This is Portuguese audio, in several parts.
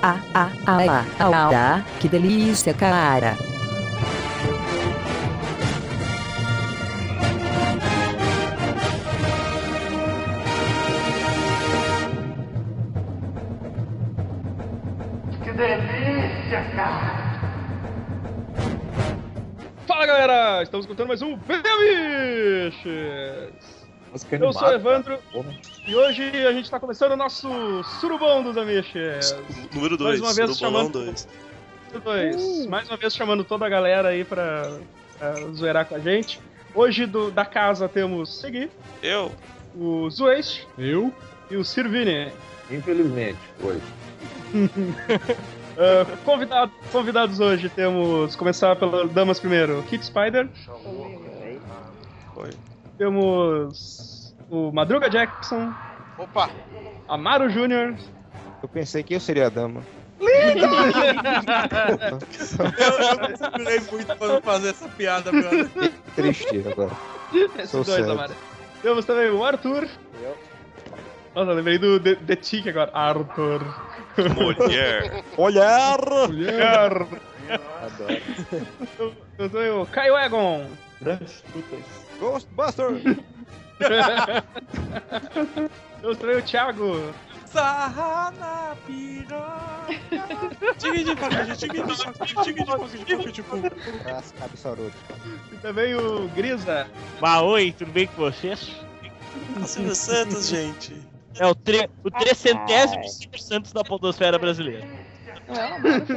ah, ah, ah, ah, ah, ah, que delícia, cara. Que delícia, cara. Fala galera, estamos contando mais um Bebiches! Nossa, que Eu animado, sou o Evandro porra. e hoje a gente está começando o nosso Surubão dos Amiches! Número 2, Mais uma vez chamando- Urubolão 2. Uh! Dois. Mais uma vez chamando toda a galera aí pra, pra zoeirar com a gente. Hoje do- da casa temos Segui, Eu? o Zueste Eu? e o Sirvini. Infelizmente, hoje. Ah, convidado- convidados hoje temos, começar pela Damas primeiro, Kit Spider. Oi. Temos o Madruga Jackson, Opa, Amaro Júnior. Eu pensei que eu seria a dama. eu segurei muito pra não fazer essa piada, brother. Triste agora. Esses Sou dois, sad. Amaro. Temos também o Arthur. Nossa, lembrei do The, The Tick agora. Arthur. Mulher. Olhar! Mulher? Arthur. Adoro. Temos também o Kai Wagon. Grandes frutas. Ghostbuster! Temos também o Thiago. Sarra na piroca. Tigre de faca, tigre de faca, tigre de faca, tigre de faca. As cabeçarudas. E também o Grisa. Bah, oi, tudo bem com vocês? Silvio Santos, gente. É o, tre... o Ah. trecentésimo Silvio Santos da podosfera brasileira.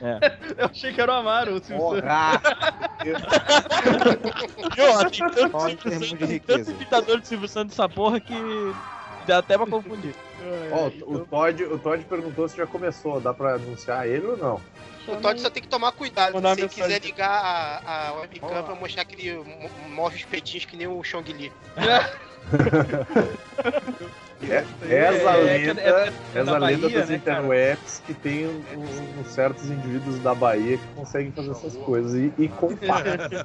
É. Eu achei que era o Amaro. O Silvio Santos. Porra! E, ó, tem tanto Ó, em Silvio termos Santos, de tem riqueza. tanto imitador de Silvio Santos essa porra que dá até pra confundir. Ó, Então- o Todd, o Todd perguntou se já começou. Dá pra anunciar ele ou não? O Todd só tem que tomar cuidado. Mandar Se uma ele quiser mensagem. ligar a, a webcam Olá. pra mostrar que ele mo- morre os peitinhos que nem o Chong Li. É, Essa é- lenda, é- essa da lenda Bahia, das né, cara? interwebs que tem uns, uns certos indivíduos da Bahia que conseguem fazer essas coisas e, e compactam.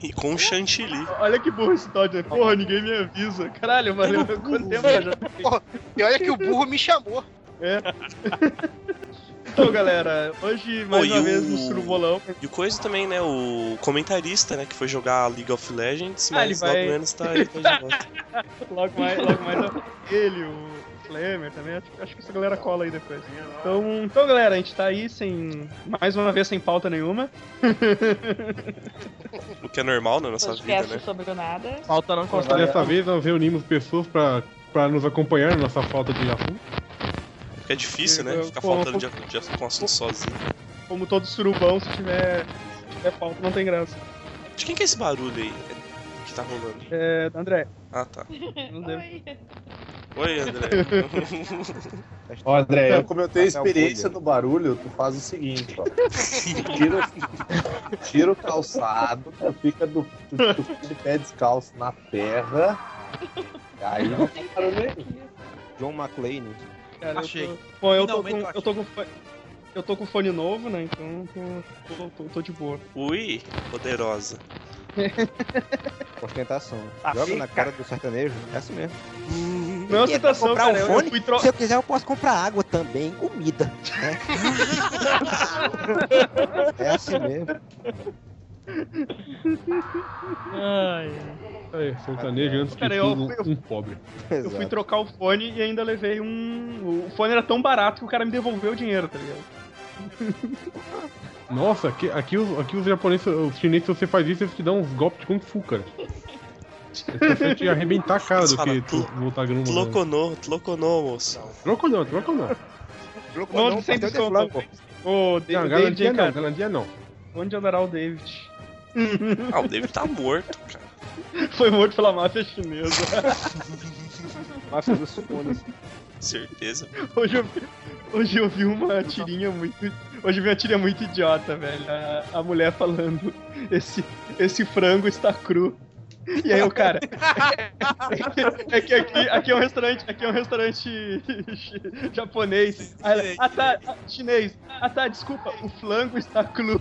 E com um chantilly. Olha que burro esse Todd. né? Porra, ninguém me avisa. Caralho, valeu. Quanto tempo eu já É. E é olha que o burro me chamou. Então, galera, hoje mais Oi, uma o- vez no Surubolão. E o coisa também, né? O comentarista, né? Que foi jogar League of Legends, Ah, mas ele logo vai- menos tá aí tá de volta. Logo mais, logo mais ele, o Flamer também. Acho, acho que essa galera cola aí depois. Então, então, galera, a gente tá aí sem. Mais uma vez sem pauta nenhuma. O que é normal na nossa vida, né? sobre o nada. Falta não Mas constar. dessa vez nós reunimos pessoas pra, pra nos acompanhar na nossa falta de Yahoo. Porque é difícil, né? Eu- Ficar pô, faltando de, de, com assunto sozinho. Como todo surubão, se tiver, se tiver pauta, não tem graça. De quem que é esse barulho aí que tá rolando? É, André, Ah, tá. não deu. Oi, André. Ó, André, eu, como eu tenho Até o experiência no bolha. barulho, tu faz o seguinte, ó. Tira, tira o calçado, tu fica do, tu, tu fica de pé descalço na terra. Aí não tem barulho nenhum. John McClane. Cara, Achei. Eu tô... Bom, eu tô, Finalmente com, eu eu, tô com fone, eu tô com fone novo, né? Então tô, tô, tô, tô de boa. Ui, poderosa. Ostentação. Tá Joga bem, na cara do sertanejo. É assim mesmo. Não é Quer ostentação, comprar um cara. eu- fone? Eu fui tro... eu quiser, eu posso comprar água também, comida. né? é assim mesmo. É, sertanejo antes de Cara, eu tudo, fui- um pobre. Eu fui trocar o fone e ainda levei um. O fone era tão barato que o cara me devolveu o dinheiro, tá ligado? Nossa, aqui, aqui, os, aqui os japoneses, os chineses, se você faz isso, eles te dão uns golpes de Kung Fu, cara. É prefere te arrebentar a cara do que tu voltar grumando. Tloconou, tloconou, moço. Troca ou não, troca ou não. Não, um sem desconto. Ô, David, Não, David, garantia hein, não, cara. garantia não. Onde andará o David? Ah, o David tá morto, cara. Foi morto pela máfia chinesa. Máfia dos sucundos. Certeza. Hoje eu, vi- hoje eu vi uma tirinha muito. Hoje eu vi uma tirinha muito idiota, velho. A, a mulher falando: esse, esse frango está cru. E aí o cara. É que aqui, aqui é um restaurante. Aqui é um restaurante chi- japonês. Aí ela, ah tá, ah, chinês. Ah tá, desculpa, o flango está cru.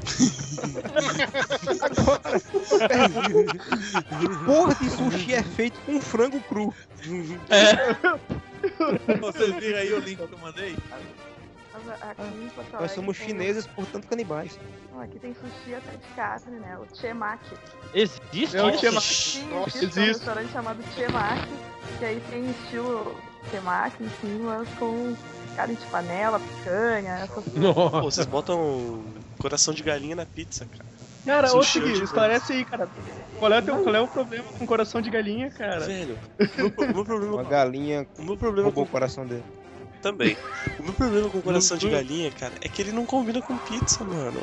Porra de sushi é feito com frango cru. Vocês viram aí o link que eu mandei? Tava Aqui em Porto Nós Alegre somos tem- chineses, portanto canibais. Não, Aqui tem sushi até de carne, né? O Chemaki. Existe É o isso? Chemaki. Sim, Nossa, existe um existe. restaurante chamado Chemaki, que aí tem estilo Chemaki em cima com carne de panela, picanha, essas coisas. Pô, Nossa. vocês botam coração de galinha na pizza, cara. Cara, ô Sushi, Segui, eu digo. esclarece aí, cara. Qual é, o teu- qual é o problema com coração de galinha, cara? Velho, meu pro- o meu Uma problema, galinha o meu problema roubou com, o coração dele. também. O meu problema com coração de galinha, cara, é que ele não combina com pizza, mano.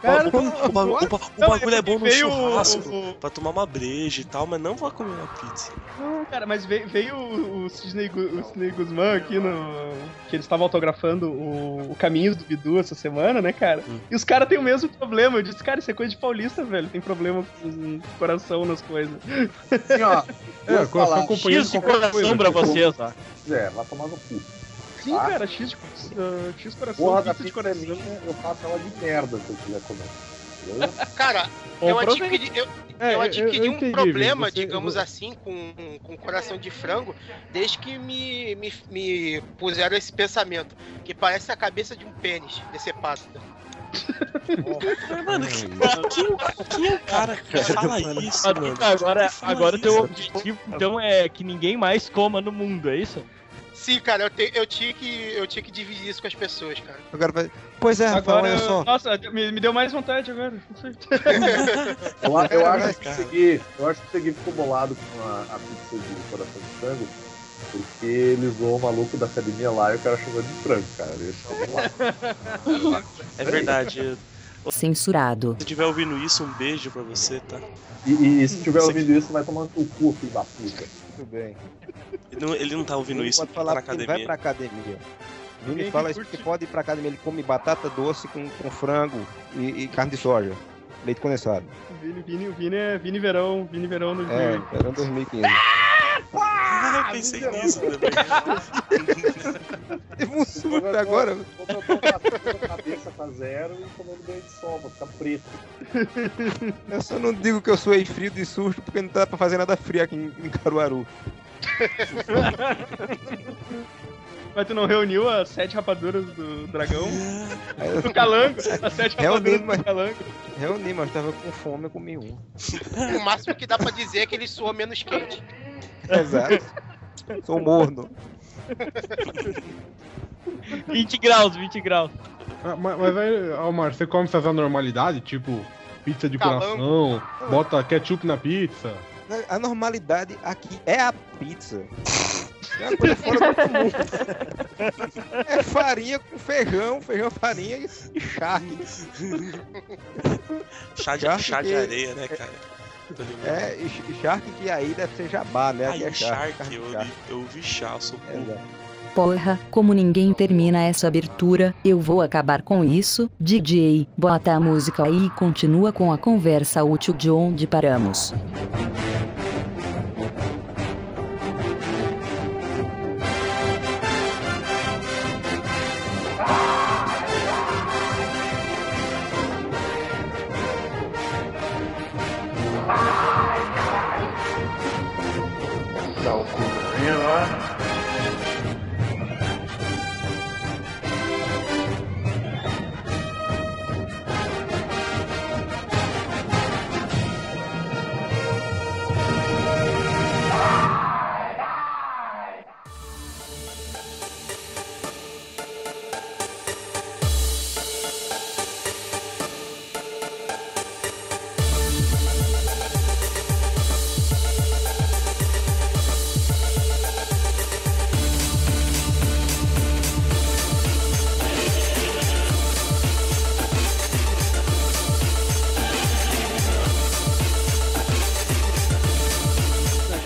Cara, o, bagulho- o bagulho- o ba- o Não, bagulho é bom no veio o- churrasco, o- o- pra tomar uma breja e tal, mas não pra comer uma pizza. Não, Ah, cara, mas veio, veio o, o, Sidney, Gu- o Sidney Guzman aqui no. Que eles estavam autografando o, o Caminhos do Bidu essa semana, né, cara? Hum. E os caras têm o mesmo problema. Eu disse, cara, isso é coisa de paulista, velho. Tem problema com o coração nas coisas. Assim, ó. É, vou falar, coração companheiro X de de qualquer coisa. coração pra vocês, ó. É, vai tomar no cu. Sim, Ah. cara, X, de co- ah, X coração, Porra da pizza de pizza é coração. minha, eu faço ela de merda se eu quiser comer. Entendeu? Cara, eu adquiri, eu, É, eu adquiri um entendi, problema, você- digamos você- assim, com, com coração de frango, desde que me, me, me puseram esse pensamento, que parece a cabeça de um pênis decepado. Mas, mano, que- quem, quem é o cara que fala isso, mano? Agora, Que fala agora o teu isso? objetivo, então, é que ninguém mais coma no mundo, é isso? Sim, cara, eu, te- eu, tinha que, eu tinha que dividir isso com as pessoas, cara. Agora vai. Pois é, Rafael, Agora, olha só. nossa, me, me deu mais vontade agora. Não sei. Eu, a- eu acho que o Segui, eu acho que o Segui ficou bolado com a, a pizza de coração de frango, porque ele zoou o maluco da academia lá e o cara chamou de frango, cara. Ele ficou bolado. É verdade. Censurado. Se tiver ouvindo isso, um beijo pra você, tá? E, e se tiver ouvindo isso, vai tomar no teu cu, filho da puta. Muito bem. Ele não, ele não tá ouvindo Ele isso, pode ele tá falar na porque ele vai academia. pra academia. Vini que fala isso curte- porque pode ir pra academia. Ele come batata doce com, com frango e, e carne de soja. Leite condensado. Vini, Vini, Vini é Vini Verão, Vini Verão no É, era 2015. Ah, eu pensei nisso também. Teve um surto agora. Vou botar a cabeça pra zero e tomando banho de sol, vou ficar preto. Eu só não digo que eu suei frio de susto porque não dá pra fazer nada frio aqui em, em Caruaru. Mas tu não reuniu as sete rapaduras do dragão? Aí É. eu Do calango, as sete É o rapaduras mesmo, do calango. reuni, mas tava com fome, eu comi um. O máximo que dá pra dizer é que ele soa menos quente. Exato. Sou morno. é. 20 graus, 20 graus. Ah, Mas, mas aí, Almar, você come essas anormalidades? Tipo, pizza de Calango. coração, bota ketchup na pizza. A normalidade aqui é a pizza. É uma coisa fora do comum. É farinha com feijão, feijão, farinha e e charque. chá, Já de, chá de fiquei- areia, né, cara? Tô ligado. É, e ch- charque que aí deve ser jabá, né? Aqui Aí é o Shark, charque, eu, charque. ouvi- eu ouvi chá, eu sou burro. Exato. Porra, como ninguém termina essa abertura, eu vou acabar com isso. DJ, bota a música aí e continua com a conversa útil de onde paramos.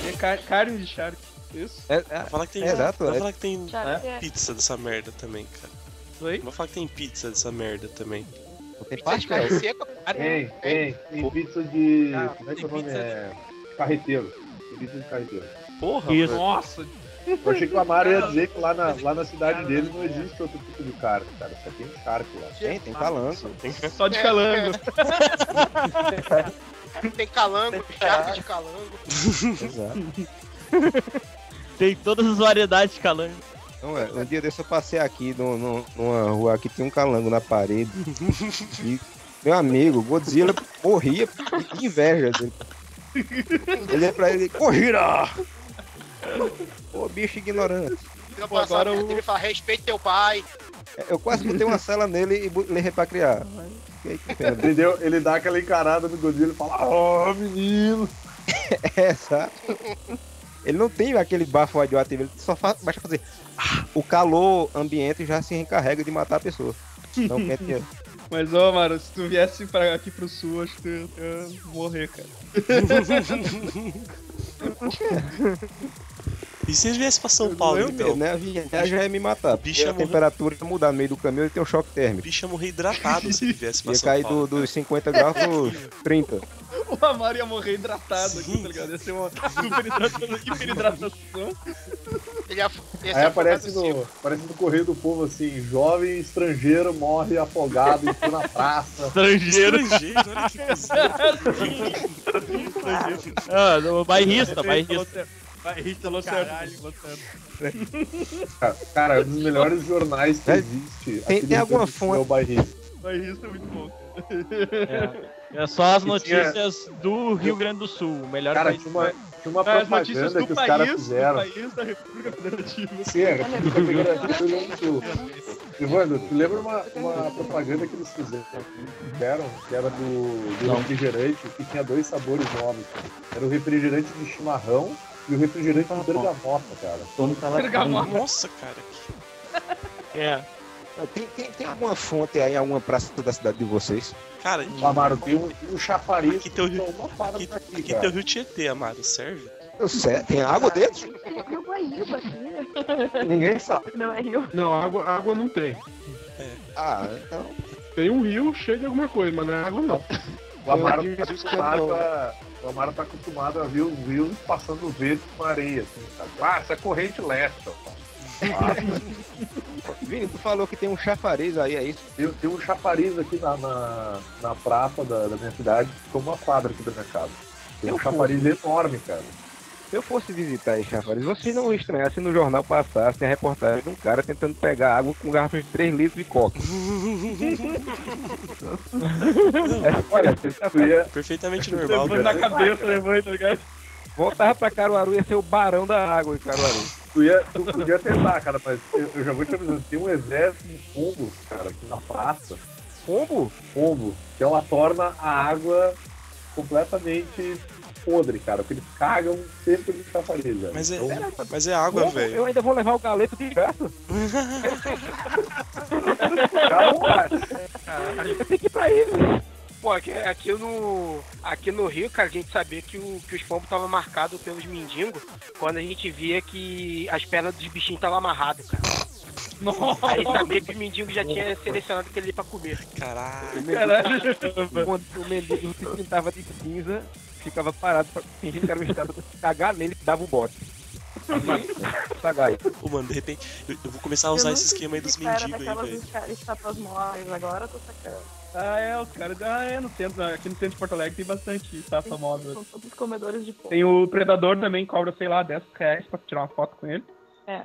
É car- carne de shark. Isso? É, é, Vai falar que tem, É, exato, vai é. falar que tem Já que é- pizza dessa merda também, cara. Oi? Vai falar que tem pizza dessa merda também. tem Pizza de é pastel. carne seca, cara. Ei, ei, tem pizza de. Como é que é o nome? É. Carreteiro. Tem Pizza de carreteiro. Porra, Isso. mano. Nossa, Eu achei que o Amaro ia dizer que lá na, lá na cidade dele não existe outro tipo de charque, cara. Só tem charque lá. Tem, tem calango. só É, de calango. é. Tem calango, charque de calango. Exato. Tem todas as variedades de calango. Não é, um dia desse eu passei aqui no, no- numa rua que tinha um calango na parede. e meu amigo, Godzilla morria de inveja dele. Ele ia pra ele, Corrira! Ô bicho ignorante. Não passa agora agora o- ele fala, respeite teu pai. Eu quase botei uma cela nele e bu- levei pra criar. Fiquei com pena dele. Entendeu? É, Ele dá aquela encarada no Godzilla e fala, "Oh." ó, menino. É, sabe? Ele não tem aquele bafo radioativo, ele só faz, basta fazer. "Ah", O calor ambiente já se encarrega de matar a pessoa. Então, Não quente. Mas, ô, Amaro, se tu viesse pra, aqui pro sul, acho que tu ia- tu ia morrer, cara. E se ele viesse pra São Paulo, eu então? mesmo, né? A viagem já ia me matar. Porque Bicho a ia morrer- temperatura ia mudar no meio do caminho e tem um choque o térmico. bicho ia morrer hidratado se ele viesse pra Ia São cair Paulo. do- dos 50 graus pros 30. O Amaro ia morrer hidratado aqui, tá ligado? Ia ser uma super hidratação, hiper hidratação. Ele ia, ia É. Aí aparece no, aparece no Correio do Povo assim, jovem estrangeiro morre afogado em pé na praça. Estrangeiro. Estrangeiro, olha que Ah, não, bairrista, bairrista. Bairrista, Los Angeles. Cara, Cara, é um dos melhores jornais que É, existe. tem- tem alguma fonte? Meu bairrista. Bairrista é muito bom. É, é só as E notícias do Rio Grande do Sul. o Melhor Cara, país né? É, do tinha uma, mundo. tinha uma Ah, As notícias propaganda do que os caras país, do fizeram. país da República Federativa. Sim, é, a República Federativa do Sul. Evandro, tu lembra uma, uma propaganda que eles fizeram, fizeram, que era do, do Não. refrigerante, que tinha dois sabores novos. Era o refrigerante de chimarrão e o refrigerante Tá de bergamota, cara. Nossa, cara. É. Tem, tem, tem alguma fonte aí, alguma praça da cidade de vocês? Cara, Amaro, tem um, tem um chafariz Aqui tem o Rio- tem uma parada aqui- aqui, aqui cara. tem o Rio Tietê, Amaro, serve? Eu sei, tem água dentro? Tem rio Guaíba aqui. Ninguém sabe. Não é rio. Não, água, água não tem. Ah, então. Tem um rio cheio de alguma coisa, mas não é água não. é. O Amaro, Eu tá digo que acostumado não. a, o Amaro tá acostumado a ver os rios passando verde com areia. Assim, sabe? Ah, essa corrente leste, ó. Vini, tu falou que tem um chafariz aí, é isso? Tem, tem um chafariz aqui na, na, na praça da, da minha cidade, como uma quadra aqui da minha casa. Tem um Eu chafariz enorme, cara. Se eu fosse visitar esse chafariz, vocês não estranhassem se no jornal passassem a reportagem de um cara tentando pegar água com garrafas de 3 litros de coca. É, Olha, tu ia, Perfeitamente é é normal, né? Levando cara. é na cabeça, levando, tá ligado? Voltava pra Caruaru ia ser o barão da água de Caruaru. tu, ia, tu podia tentar, Ah, cara, mas eu, eu já vou te avisando, tem um exército de pombos, cara, aqui na praça. Pombo? Pombo, que ela torna a água completamente podre, cara. Porque eles cagam sempre no chafariz, velho. Mas é, Então, mas é água, Pombo? velho. Eu ainda vou levar o galeto de graça. calma, cara. Eu tenho que ir pra ele. Pô, aqui, aqui no, aqui no Rio, cara, a gente sabia que, o, que os pombos estavam marcados pelos mendigos quando a gente via que as pernas dos bichinhos estavam amarradas, cara. Aí sabia que o mendigo já tinha selecionado aquele ali pra comer. Caralho. Quando o mendigo se pintava de cinza, ficava parado pra fingir que era o estado de cagar nele e dava um o bote. Cagar aí. Ô, mano, de repente, eu, eu vou começar a usar esse esquema aí dos mendigos aí, daquelas velho. esca- estátuas móveis agora, eu tô sacando. Ah, é, os caras. Ah, é, no centro. Aqui no centro de Porto Alegre tem bastante estátua móvel. São todos comedores de pombo. Tem o Predador também, cobra, sei lá, 10 reais pra tirar uma foto com ele. É.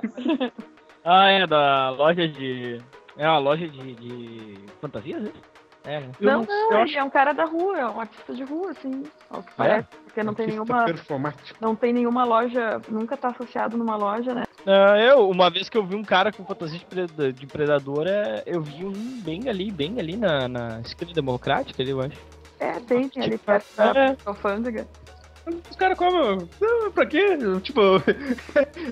Ah, é, da loja de. É uma loja de. de... fantasias, né? É, né? Eu Não, não, eu ele acho- é um cara da rua, é um artista de rua, assim. Ao que Ah, é? parece, porque não tem Artista nenhuma. Performático. Não tem nenhuma loja, nunca tá associado numa loja, né? Ah, eu, uma vez que eu vi um cara com fantasia de, preda- de predador, é, eu vi um bem ali, bem ali na, na esquerda democrática, ali, eu acho. É, tem, tem ali Tipo, perto da é. alfândega. Os caras comem. ah, Pra quê? Eu, Tipo,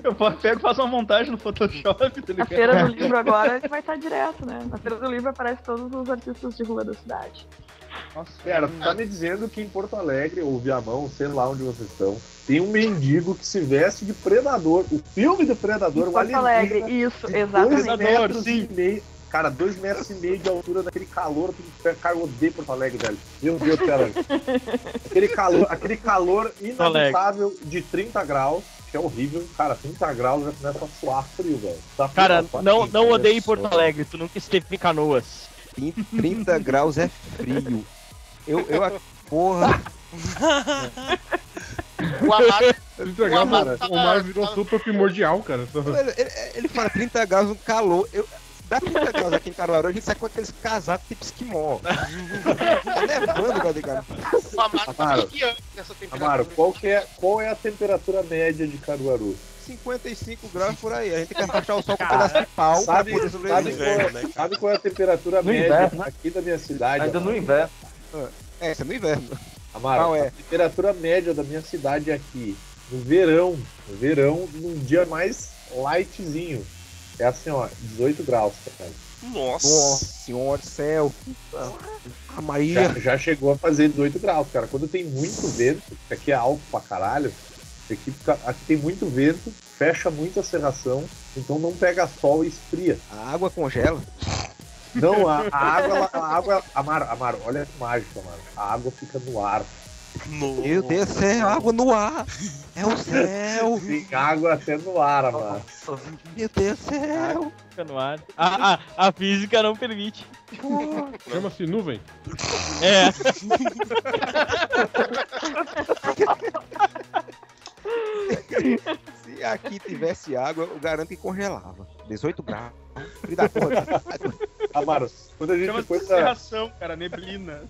eu fa- pego e faço uma montagem no Photoshop, tá Na ligado? feira do livro agora ele vai estar direto, né? Na feira do livro aparece todos os artistas de rua da cidade. Nossa, Pera, tu tá me dizendo que em Porto Alegre, ou Viamão, sei lá onde vocês estão, tem um mendigo que se veste de predador. O filme do predador, Em um Porto Alegre, alienígena isso, de dois exatamente. Predador, metros sim. e meio. Cara, dois metros e meio de altura daquele calor que cara, eu odeio Porto Alegre, velho. Meu Deus, pera. aquele calor, aquele calor inabitável de 30 graus, que é horrível. Cara, 30 graus já começa a suar frio, velho. Tá frio, Cara, tá não, frio, não cara. odeie Porto Alegre, tu nunca esteve em canoas. 30 graus é frio. Eu, eu, porra, O Amaro, Ele entregava, tá o mar virou super primordial, cara. Ele, ele- ele fala 30 graus no calor. Eu, dá 30 graus aqui em Caruaru, a gente sai com aqueles casacos tipo esquimó. tá nevando, Gadigano. Amaro, Amaro qual, que é, qual é a temperatura média de Caruaru? 55 graus por aí. A gente quer achar o sol com um pedaço de pau sabe, pra poder sabe, sobreviver. né, qual, é- sabe qual é a temperatura No média inverno, né? aqui da minha cidade? Ainda no Amaro? inverno. É, isso é no inverno. Amaro, Qual é? a temperatura média da minha cidade é aqui, no verão, no verão, num dia mais lightzinho, é assim, ó, 18 graus, cara. Nossa. Nossa senhora do céu. A Maria. Já, já chegou a fazer 18 graus, cara. Quando tem muito vento, porque aqui é alto pra caralho, aqui, fica- aqui tem muito vento, fecha muito a serração, então não pega sol e esfria. A água congela? Não, a, a água, a água, Amaro, Amaro, olha que mágica, Amaro. A água fica no ar. Meu Deus do céu, água no ar. É o céu. Tem água até no ar, Amaro. Meu Deus do céu. Fica no ar. A, a, a física não permite. Chama-se nuvem. É. Se aqui tivesse água, eu garanto que congelava. 18 graus. Filho da puta. Amaro, quando a gente Chama-se foi pra, serração, cara, neblina.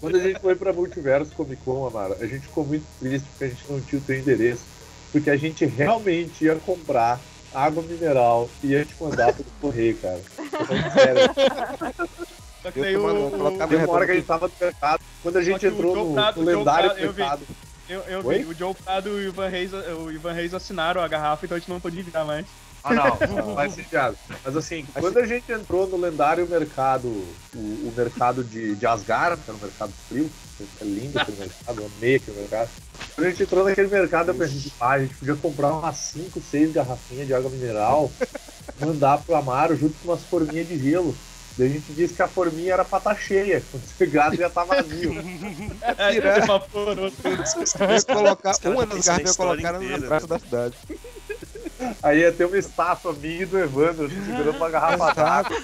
quando a gente foi pra Multiverso Comic Con, Amaro, a gente ficou muito triste porque a gente não tinha o teu endereço. Porque a gente realmente ia comprar água mineral e ia te mandar pelo correio, cara. Então, sério. Só que daí o, o- Teve uma hora que a gente tava no mercado. Quando a Só gente que um o entrou Joe no, Prado- no o Joe lendário Prado- eu vi. mercado. Eu, eu Oi? vi, o Joe Prado e o Ivan Reis, o Ivan Reis assinaram a garrafa, então a gente não podia virar mais. Ah, não, vai ser piada. Mas assim, quando a gente entrou no lendário mercado, o, o mercado de, de Asgard, que era um mercado frio, é lindo aquele mercado, eu amei aquele mercado. Quando a gente entrou naquele mercado, eu pensei, ah, a gente podia comprar umas 5, 6 garrafinhas de água mineral, mandar pro Amaro junto com umas forminhas de gelo. Daí a gente disse que a forminha era pra estar cheia, quando chegasse já tá vazio. é, Tirar. Evaporou tudo. Eu ia colocar Os caras uma pensam na das garrafas eu história colocar na inteira. né? praça da cidade. Aí ia ter uma estátua minha e do Evandro assim, segurando uma garrafa d'água.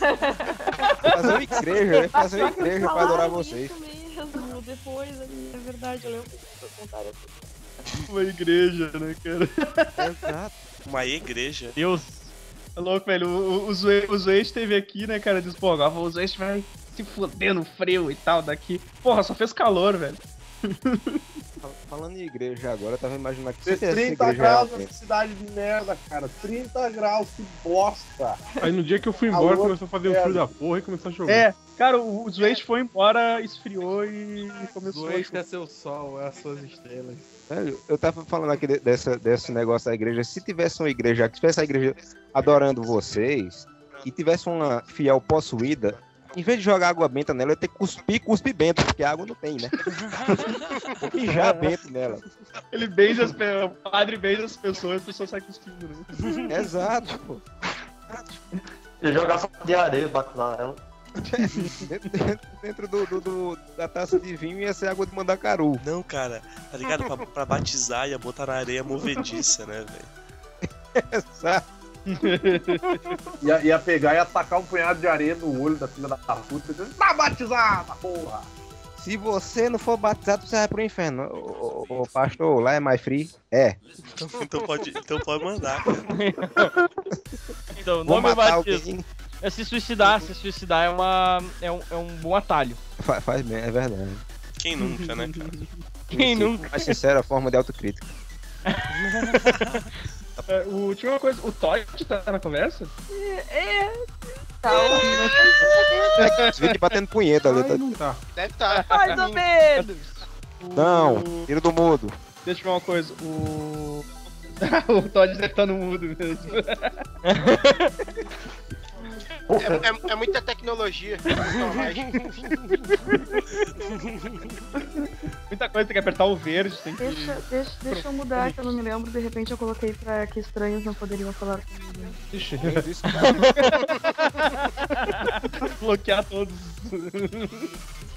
Fazer uma igreja, eu ia fazer uma igreja pra adorar Falaram vocês. Isso mesmo, depois, é verdade, eu lembro que vocês contaram essa história. Uma igreja, né, cara? Exato. Uma igreja. Deus. É louco, velho. O, o, o Zue- o Zuei esteve aqui, né, cara? Diz, pô, agora o Zuei vai se foder no frio e tal daqui. Porra, só fez calor, velho. Fal- Falando em igreja agora, eu tava imaginando que se tivesse 30 igreja graus realmente. nessa cidade de merda, cara. 30 graus, que bosta. Aí no dia que eu fui embora, Alô, começou a fazer um é. frio da porra e começou a chover. É, cara, o, o Zuei foi embora, esfriou e começou a Dois é seu sol, é as suas estrelas. Velho, Eu tava falando aqui de- dessa, desse negócio da igreja. Se tivesse uma igreja, que tivesse a igreja adorando vocês e tivesse uma fiel possuída, em vez de jogar água benta nela, eu ia ter que cuspir, cuspir bento, porque água não tem, né? Vou mijar bento nela. Ele beija as pe- o padre beija as pessoas, as pessoas saem cuspindo, né? Exato, pô. Eu jogava de areia, bato lá ela. Dentro, dentro- dentro do, do- do- da taça de vinho ia ser água de mandacaru. Não, cara, tá ligado? Pra, pra batizar ia botar na areia movediça, né, velho? Exato. Ia, ia pegar e atacar um punhado de areia no olho da filha da puta. dizendo, Tá batizada, porra. Se você não for batizado, você vai pro inferno. Ô, ô, ô, pastor, lá é mais free? É. Então, então pode, então pode mandar. Então, Vou nome matar batismo. alguém. É se suicidar, se suicidar é, uma, é, um, é um bom atalho. Fa- faz bem, é verdade. Quem nunca, né, cara? Quem Sim, nunca? A sincera forma de autocrítica. É, o, tinha uma coisa, o Todd tá na conversa? É, Os vídeos batendo punheta ali. Tá... Não tá. deve estar. Mais ou menos. Não, tiro do mudo. Deixa eu ver uma coisa, o. o Todd deve estar no mudo mesmo. É, é- é muita tecnologia. Não, mas- Muita coisa, tem que apertar o verde, tem que. Deixa, deixa, deixa eu mudar, que eu não me lembro. De repente eu coloquei pra que estranhos não poderiam falar comigo. Ixi. É Bloquear todos. Deixa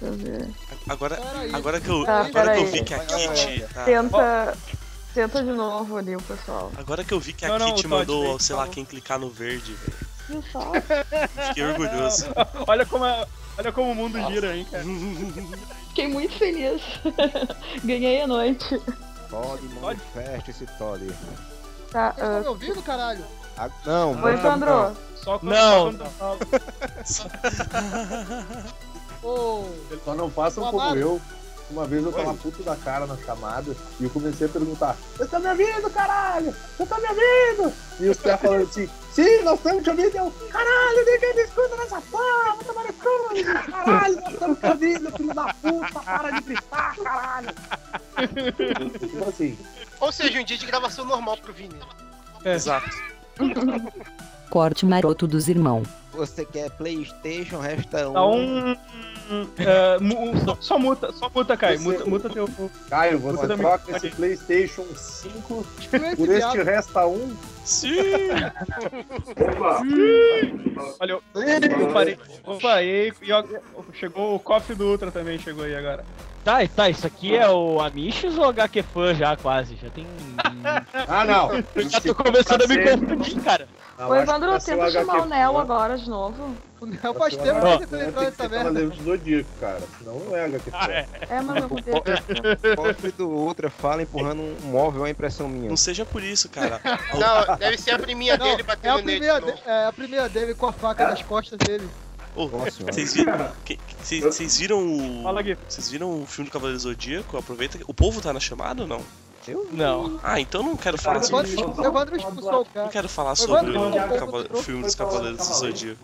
eu ver. Agora, agora que eu, Tá, agora que eu peraí. vi que a Kit. tá? Tenta, tenta de novo ali o pessoal. Agora que eu vi que a Não, não, Kit o Todd mandou, veio, sei lá, falou. quem clicar no verde, velho. Pessoal. Fiquei orgulhoso. Olha como, a- olha como o mundo gira, hein, cara. Fiquei muito feliz. Ganhei a noite. Todd, manifesta esse Todd. Tá, Vocês estão ah, me ouvindo, caralho? Ah, não, Oi, não tamo- Sandro. não. Só quando- tá não. só Ô, Só não façam Ô, como Amaro. eu. Uma vez eu tava puto da cara na chamada e eu comecei a perguntar: Você tá me ouvindo, caralho? Você tá me ouvindo? E os caras falando assim: Sim, nós estamos te ouvindo. é Eu, caralho, ninguém me escuta nessa porra, vai tomar no cu. Caralho, nós estamos te ouvindo, filho da puta, para de gritar, caralho. Tipo assim, Ou seja, um dia de gravação normal pro Vini. Exato. Corte maroto dos irmão. Você quer PlayStation? Resta um. Dá um. eh, mu- só, só muta, só muta, Caio. Muta, muta teu. Caio, você Muta troca meu- esse PlayStation 5 esse por este viado. resta um? Sim! Opa. Olha, eu, eu parei. Opa, e, e ó, chegou o cofre do Ultra também, chegou aí agora. Tá, tá, isso aqui é o Amishis ou HQ Fã já, quase? Já tem. Ah, não. Eu já tô começando a me confundir, cara. Ô, Evandro, tá tenta chamar o Nel agora de novo. O Nel faz Tem tempo que que ser você entrou nessa merda. Cavaleiro do Zodíaco, cara. Senão não é HQ. Ah, É, mas eu comprei. O cofre do Ultra fala empurrando um móvel, é uma impressão minha. Não seja por isso, cara. Não, deve ser a priminha dele batendo é a primeira de- É a primeira dele com a faca nas costas dele. Ô, vocês viram, que- que- vocês- vocês viram o. Vocês viram o filme do Cavaleiro Zodíaco? Aproveita. que- O povo tá na chamada ou não? Eu não. Ah, então não quero falar O sobre isso. Evandro- o Evandro expulsou o cara. Não quero falar Mas sobre vamos- o vamos- Cava- vamos- filme dos vamos- Cavaleiros do vamos- Zodíaco.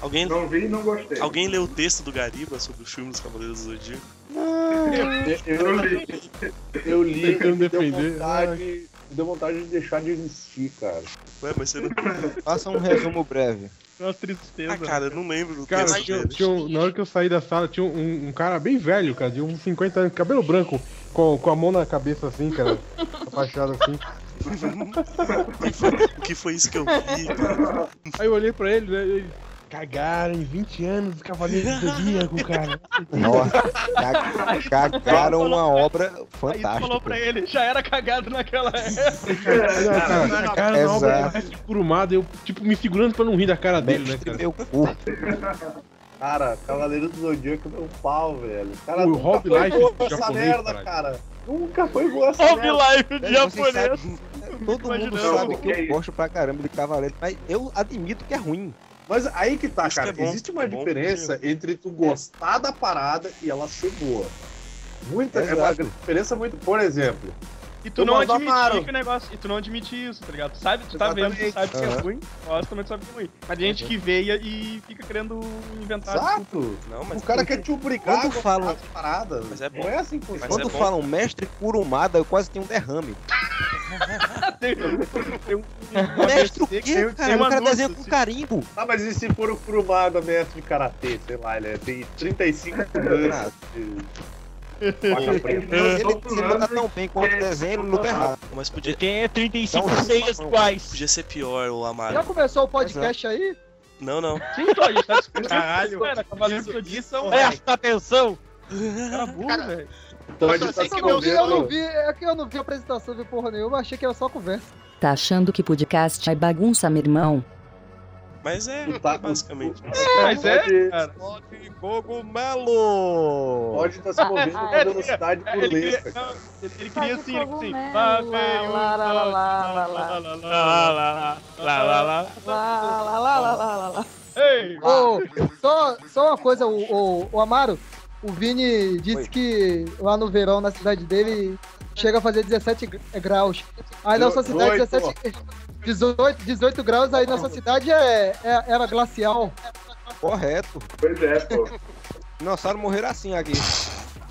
Alguém... Não vi e não gostei. Alguém leu o texto do Gariba sobre o filme dos Cavaleiros do Zodíaco? Eu li. Eu li. Tentando me deu defender. vontade- Me deu vontade de deixar de existir, cara. Ué, mas você não. Faça um resumo breve. Uma tristeza. Ah, cara, eu não lembro do Cara, texto tinha- dele. tinha um- na hora que eu saí da sala, tinha um, um cara bem velho, cara, de uns 50 anos, cabelo branco, com, com a mão na cabeça assim, cara, abaixado assim. O que foi isso que eu vi, cara? Aí eu olhei pra ele, né, e ele, cagaram em 20 anos do Cavaleiro do Zodíaco, cara. Nossa, ca- cagaram uma obra Aí tu falou fantástica. pra ele, já era cagado naquela Não, cara, época. na cara da obra, Exato. ele curumado, eu, tipo, me segurando pra não rir da cara dele, né, Mestre cara. meu cu. Cara, Cavaleiro do Zodíaco é um pau, velho. Cara, O nunca Hobby foi Life boa japonês, essa merda, caralho. cara. Nunca foi boa essa Hobby merda. Life japonês. Todo mundo sabe que eu gosto pra caramba de Cavaleiro, mas eu admito que é ruim. Mas aí que tá, cara. é bom, Existe uma é bom, diferença entre tu gostar da parada e ela ser boa. Muita, é uma Exato. diferença muito. Por exemplo. E tu não Thomas Amaro. admitir né? que o negócio. E tu não admitir isso, tá ligado? Tu sabe, tu tá vendo, tu Exatamente. sabe que é Aham. Uhum. ruim, gosta, mas tu sabe que é ruim. Mas tem gente que veia e fica querendo inventar. Exato. Não, mas- O cara quer te obrigar Quando a falam- gostar das paradas. Mas é bom. Não é assim que Mas funciona. Quando falam mestre curumada, eu quase tenho um derrame. tem, tem um. Mestre o quê, cara? O cara desenha com carimbo. Ah, mas e se for o Kurumada, mestre de karatê? Sei lá, ele é- tem 35 anos. Faca preta. Ele, ele luta tão bem quanto desenha, ele tá luta errado. Ah, Mas podia. Quem é 35 Não, seias não, iguais? Podia ser pior o Já Amaro. começou o podcast aí? Não, não. Sim, tô, a gente tá discutindo. Caralho. Cara, Cavaleiro do Zodíaco. Presta é atenção! Cara, burro, velho. Pode Eu, tá só que eu, vi, eu não escondendo. vi, é que eu não vi a apresentação, vi porra nenhuma, achei que era só conversa. Tá achando que podcast é bagunça, meu irmão? Mas é, tá basicamente. mas é, cara. Cogumelo! Pode estar se movendo é- com velocidade burlesca, cara. Ele queria assim, ele assim. Lá, lá, lá, lá, lá, lá, lá, lá, lá, lá, lá, lá, lá, lá, lá. Ei! Ô, só, só uma coisa, o, o, o Amaro, o Vini disse que lá no verão, na cidade dele, chega a fazer 17 gra- graus. Aí na sua cidade, 18. 17, 18, 18 graus, aí na sua cidade é, é- era glacial. Correto. Pois é, pô. Dinossauro morreram assim aqui.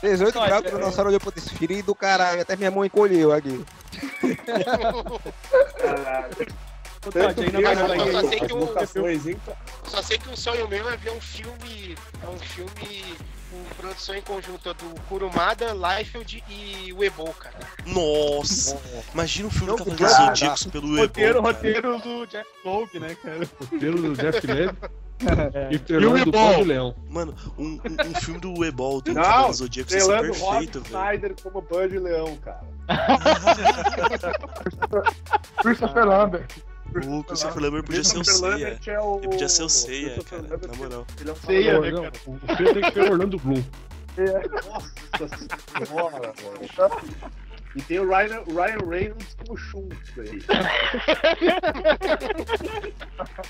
18 graus que o dinossauro olhou pro desfile do caralho, até minha mão encolheu aqui. Todd, aí na Tanto barriga aí. que as só sei que o- um locações em- Só sei que um sonho meu é ver um filme. É um filme com produção em conjunto do Kurumada, Liefeld e Uebo, cara. Nossa! Imagina o filme do Cavaleiros cara. Zodíacos tá. pelo Roteiro, Ebo. cara. roteiro do Jeff Loeb, né, cara? Roteiro do Jeff Levy. É. E estrelando do Paulo Leão. Mano, um, um, um filme do Ebol do Não, Cavaleiros Zodíacos ia ser estrelando Rob é perfeito, velho. Snyder como Bud Leão, cara. Christopher Lambert. O Christopher Lambert podia ser o Christopher Ceia. Lambert é o- Ele podia ser o o Ceia, Christopher cara, na Lambert moral. ele é um Ceia, né, cara? O Ceia tem que ser o Orlando Bloom. É. Nossa senhora, mano. E tem o Ryan, o Ryan Reynolds como chum daí.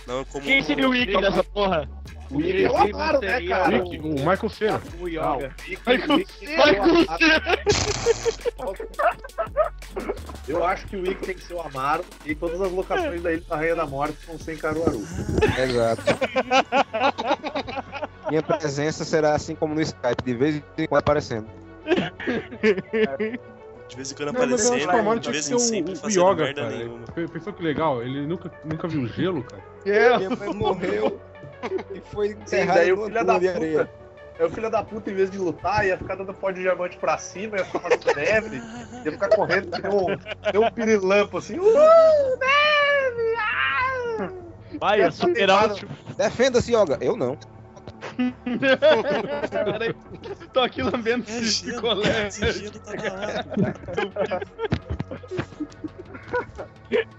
Não, como... um Quem seria o Wiki dessa porra? O Wiki, é claro, né, cara? Rick, o Michael Cera. O Yoga. Michael Cera. Michael Eu acho que o Wick tem que ser o Amaro e todas as locações da Ilha da Rainha da Morte vão ser em Caruaru. Exato. Minha presença será assim como no Skype, de vez em quando aparecendo. De vez em quando Não, mas elas aparecendo, formaram de tinha que vez ser em sempre o, o fazendo Yoga, merda cara. nenhuma. Pe- Pensou que legal? Ele nunca, nunca viu gelo, cara. Minha mãe É, morreu e foi Sim, enterrado daí numa o filho da tumba de areia. puta. É o filho da puta, em vez de lutar, ia ficar dando pó de diamante pra cima, ia ficar fazendo neve, ia ficar correndo, deu um, deu um pirilampo assim. Uh, neve! Ah! Vai, é superar Defenda-se, Yoga. Eu não. Peraí, tô aqui lambendo É esse picolé. tá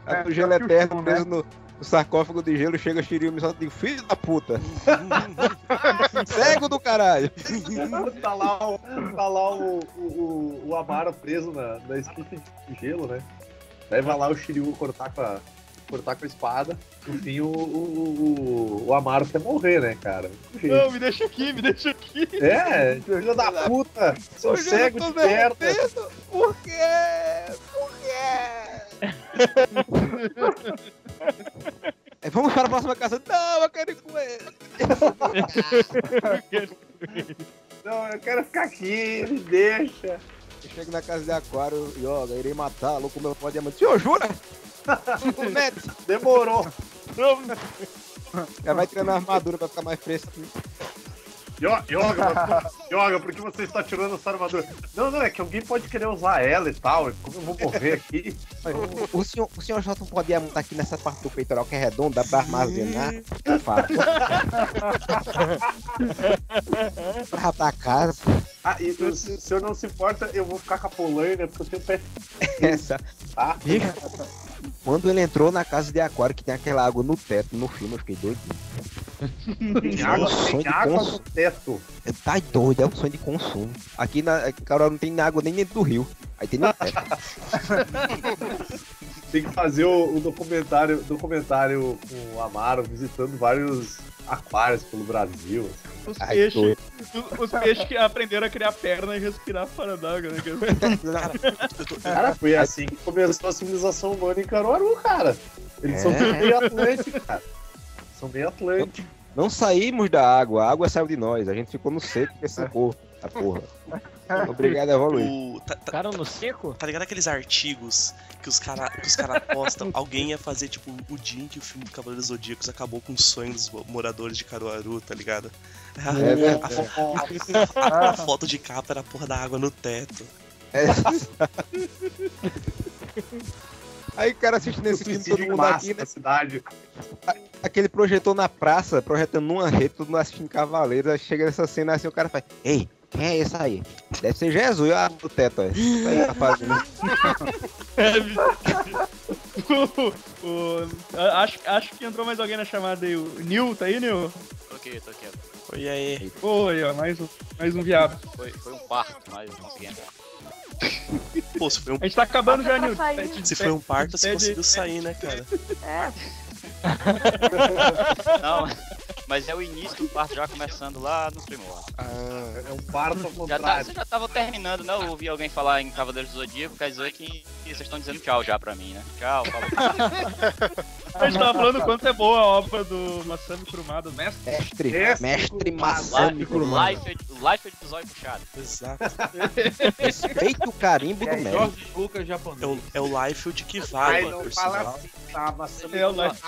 Aí o gelo é eterno, preso no, no sarcófago de gelo, chega Shiryu e me solta de filho da puta. Cego do caralho. tá lá, o, tá lá o, o, o Amaro preso na, na esquife de gelo, né? Daí vai lá o Shiryu cortar com a, cortar com a espada. No fim, o, o, o, o Amaro quer morrer, né, cara? Não tem jeito. Não, me deixa aqui, me deixa aqui. É, filho da puta, sou né? Eu já cego tô de perna. Por quê? Por quê? É, vamos para a próxima casa. Não, eu quero ir com ele. Não, eu quero ficar aqui, me deixa. Eu chego na casa de Aquário, Yoga, irei matá-lo com meu pó de diamante. Senhor, jura? Promete. Demorou. Já vai tirando a armadura pra ficar mais fresco. Yo- Yoga, mas- Yoga, por que você está tirando essa armadura? Não, não, é que alguém pode querer usar ela e tal. e Como eu vou morrer aqui? O, o senhor, o senhor Jota um pode montar aqui nessa parte do peitoral que é redonda pra armazenar. É fácil. pra atacar. Ah, e se- se, se eu não se importa, eu vou ficar com a Polaina, porque eu tenho pé. Essa. Tá? Bicho, Quando ele entrou na casa de Aquário, que tem aquela água no teto no filme, eu fiquei doido. Tem água, Som tem de água cons- no teto. Tá doido, é um sonho de consumo. Aqui na Carol não tem água nem dentro do rio. Aí tem no teto. Tem que fazer o, o documentário, documentário com o Amaro visitando vários aquários pelo Brasil. assim. Os Ai, peixes, doido. os, os peixes que aprenderam a criar perna e respirar fora d'água, né? Cara, foi assim que começou a civilização humana em Caruaru, cara. Eles são É. meio atlânticos, cara. São meio atlânticos. Não saímos da água, a água saiu de nós. A gente ficou no seco porque secou a porra. Obrigado é a evoluir. O, tá, tá, Ficaram no seco? Tá ligado aqueles artigos que os caras os cara postam? Alguém ia fazer, tipo, o dia em que o filme do Cavaleiros Zodíacos acabou com o sonho dos moradores de Caruaru, tá ligado? A, É verdade. a fo- a- a- a foto de capa era a porra da água no teto. É. Aí o cara assistindo esse filme, todo mundo massa aqui, né? cidade. Aquele projetor na praça, projetando numa rede, todo mundo assistindo Cavaleiros. Aí chega nessa cena assim, o cara faz: Ei, quem é esse aí? Deve ser Jesus, olha a água do teto, ó. Isso aí tá fazendo. O- o- a- acho, acho que entrou mais alguém na chamada aí. O Nil, tá aí, Nil? Ok, tô quieto. Oi, aí. Oi, ó, mais um, mais um viado. Foi, foi um parto, mas eu consegui entrar. Pô, se foi um... A gente tá acabando já, Nil. Se foi um parto, você conseguiu sair, né, cara? é- Não, mas é o início do parto já começando lá nos primórdios. É um parto ao Ah. Já tá, contrário. você já tava terminando, né? Eu ouvi alguém falar em Cavaleiros do Zodíaco, quer dizer que vocês estão dizendo tchau já pra mim, né? Tchau, falou. A gente tava falando o quanto é boa a obra do Massami Kurumada, o mestre. Mestre, Mestre mestre Life, Massami Kurumada. life, life é de zóio puxado. É, Exato. Respeita o carimbo do mestre. Lucas japonês. É o, é o Liefeld que vai, Ai, mano, não por fala sinal. assim, tá? Mas É, eu acho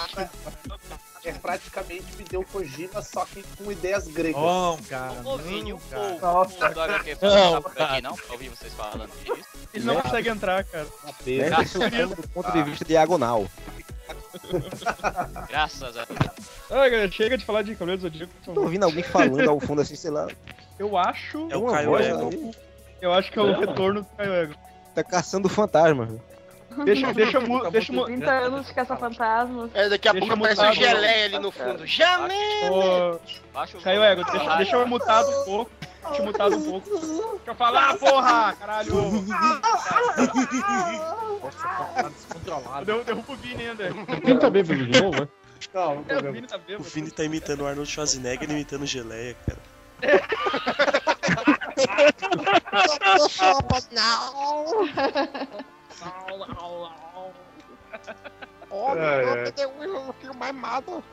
é praticamente me deu Kojima, só que com ideias gregas. Não, cara. Ô, Vini, o cara. povo do HQ Não, não, tá por aqui, não? Pra ouvir vocês falando disso. Ele não consegue entrar, cara. Mestre Tá. Supremo um do ponto de vista diagonal. Graças a Deus. Ah, galera, chega de falar de Cavaleiros do Zodíaco. Tô ouvindo alguém falando ao fundo assim, sei lá. Eu acho. É o Caio Egon. Eu acho que é o Não. retorno do Caio Ego. Tá caçando fantasma. Deixa, deixa, eu mu- deixa, eu mu- 30 anos de caça-fantasmas. É, daqui a Deixa tá pouco eu aparece um mudar, geleia ali mano. no Tá fundo. Janela! Ô, Caiu ego, deixa, deixa eu mutado um pouco. Deixa eu mutado um pouco. Deixa eu falar, porra! Caralho! tá descontrolado. Deu, derruba o Vini ainda. Quem tá bêbado de novo, né? Não, não o Vini tá É, O bêbado. Vini tá imitando o Arnold Schwarzenegger e imitando geleia, cara. Oh, É, meu é. Deus, eu não tenho mais nada. Ô,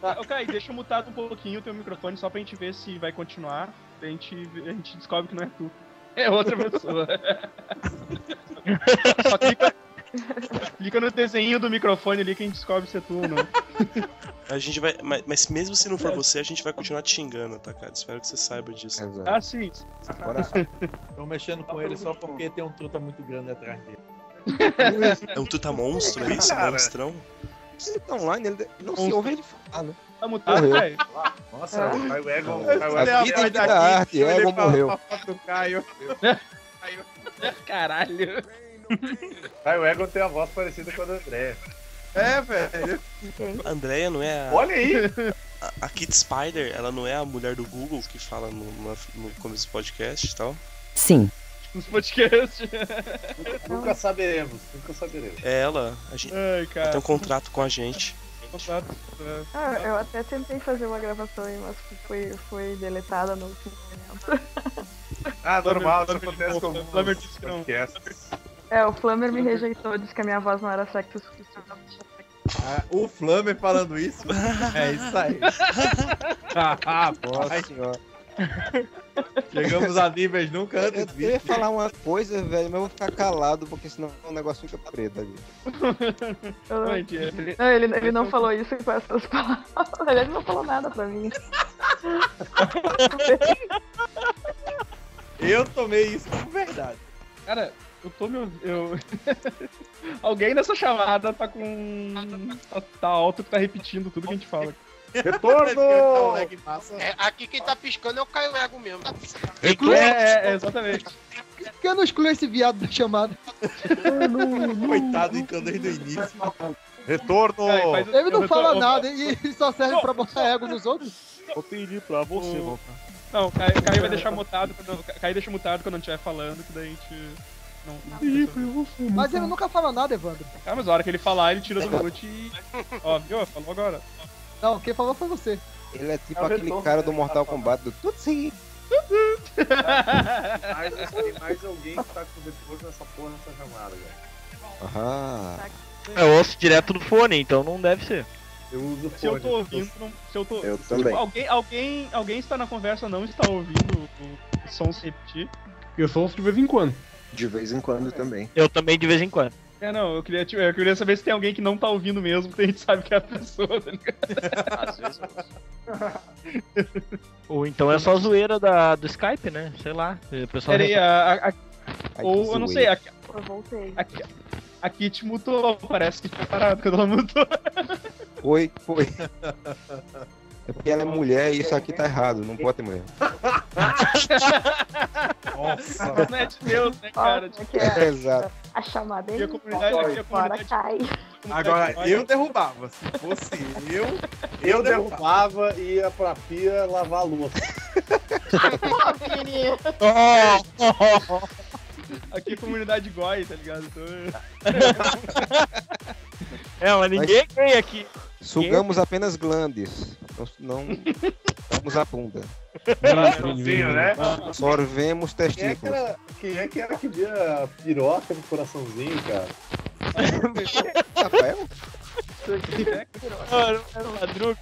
Ca- ô, Kai, deixa eu mutado um pouquinho o teu microfone só pra gente ver se vai continuar. A gente, a gente descobre que não é tu. É outra pessoa. só clica, clica no desenho do microfone ali que a gente descobre se é tu ou não. A gente vai. Mas, mas mesmo se não for você, a gente vai continuar te xingando, tá, cara? Espero que você saiba disso. Ah, sim. Estão mexendo com ele só porque tem um truta muito grande atrás dele. É um tuta monstro, é isso? Cara. Monstrão? Se ele tá online, ele não se Monstro. ouve ele falar, né? Tá mutado, Morreu. Nossa, vai o Egon. é A vida da arte, Egon morreu. Caio. Caralho. Vai o Egon tem a voz parecida com a do André. É, velho. A Andrea não é a. Olha aí! A, a Kid Spider, ela não é a mulher do Google que fala no, na- no começo do podcast e tal. Sim. Nos podcasts. Nunca saberemos, nunca saberemos. É ela. A gente Ai, ela tem um contrato com a gente. Ah, eu até tentei fazer uma gravação aí, mas foi, foi deletada no último momento. Ah, normal, isso Flamengo de acontece com boa, Flamengo de alguns boa. podcasts. É, o Flammer me rejeitou, disse que a minha voz não era sexy o suficiente. Ah, o Flamer falando isso? É isso aí. ah, Nossa senhora. Chegamos a níveis nunca Eu, antes eu ia vistos. falar uma coisa, velho, mas eu vou ficar calado, porque senão o negócio fica preto ali. Eu- Ai, que- ele- Não, ele, ele não falou isso com essas palavras. Aliás, não falou nada pra mim. Eu tomei isso como verdade. Cara, eu tô me ouvindo. Eu... Alguém nessa chamada tá com. Tá, tá alto que tá repetindo tudo que a gente fala. tá um É, aqui quem tá piscando é o Caio Ego mesmo. Tá Inclui- É, é, é, exatamente. Por que eu não excluo esse viado da chamada? Coitado, encando desde o início. Retorno! Ele não fala nada e e só serve pra botar ego nos outros. Vou pedir pra você voltar. Não, Caio, Caio vai deixar mutado quando. Caio deixa mutado quando eu não estiver falando, que daí a gente. Não, não Mas ele nunca fala nada, Evandro. ah, mas a hora que ele falar, ele tira do mute e. Ó, viu? Falou agora. Não, quem falou foi você. Ele é tipo É o aquele retorno, cara do Mortal Kombat do tudo sim. Mas tem mais alguém que tá com retorno nessa porra nessa chamada, cara. Aham. Eu ouço direto do fone, então não deve ser. Eu uso fone. Se eu tô ouvindo, não- se eu tô. Eu se, também. alguém, alguém, alguém está na conversa não está ouvindo o som se repetir. Eu um só ouço de vez em quando. De vez em quando também. Eu também de vez em quando. É, não, eu queria, tipo, eu queria saber se tem alguém que não tá ouvindo mesmo, porque a gente sabe que é a pessoa, tá ligado? Às vezes. Ou então é só zoeira da, do Skype, né? Sei lá. O pessoal Peraí, a, a- a- ou eu não sei, a, Eu voltei. a, a Kit mutou, parece que tinha parado quando ela mutou. Foi, foi. É porque ela é mulher e isso aqui tá errado, não pode ter mulher. Nossa. Não é de Deus, né, cara? Tipo, É, exato. A chamada E é a comunidade- fora, e a fora comunidade- cai. Agora, eu derrubava. Se fosse eu, Eu derrubava e ia pra pia lavar a louça. Oh, Aqui é comunidade goi, tá ligado? Então- É, mas ninguém ganha aqui. Sugamos apenas glandes. Não não sugamos a bunda. Coraçãozinho, né? Sorvemos Quem é, que testículos. era, quem é que era que via piroca no coraçãozinho, cara? Rafael? Mano, era um o Madruga.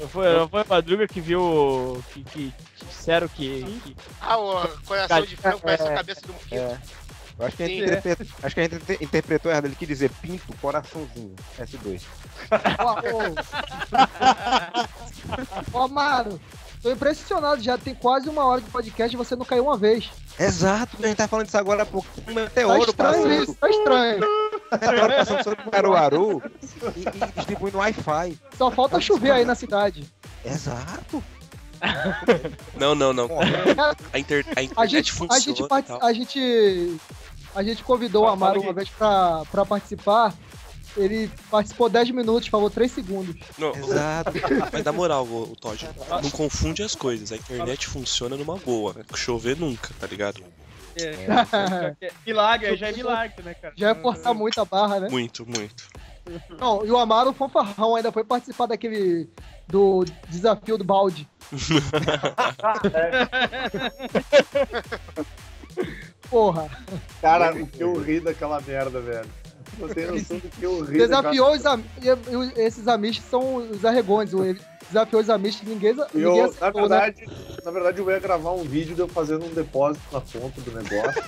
Não foi, não foi o Madruga que viu. que, que, que disseram que. que- Ah, o coração de frango parece a cabeça de um pinto. É. Eu acho que a gente, Sim. né? interpreta- acho que a gente inter- interpretou errado. Ele quis dizer pinto, coraçãozinho. S2. Ô, Amaro, tô impressionado já. Tem quase uma hora de podcast e você não caiu uma vez. Exato, a gente tá falando disso agora há pouco. Um Tá meteoro estranho passando. isso, tá estranho. Meteoro passando tá sobre o Caruaru e, e distribuindo Wi-Fi. Só falta chover aí na cidade. Exato. Não, não, não. A, inter, a internet A gente, funciona. a gente, e part- tal. a gente A gente convidou o Amaro uma vez pra, pra participar. Ele participou 10 minutos, falou 3 segundos. Não, Exato. Mas na moral, o, Todd, não confunde as coisas. A internet funciona numa boa. né? Chover nunca, tá ligado? É. Milagre, já é milagre, né, cara? Já é forçar muito a barra, né? Muito, muito. Não, e o Amaro fanfarrão ainda foi participar daquele. do desafio do balde. É. Porra. Cara, o que eu ri daquela merda, velho. Não tem noção do que eu ri Desafiou daquela- os am... e- e os- esses amistos são os arregões. o- Ele desafiou os amistos, ninguém, Eu, ninguém na, aceitou, né? verdade, na verdade, eu ia gravar um vídeo de eu fazendo um depósito na conta do negócio.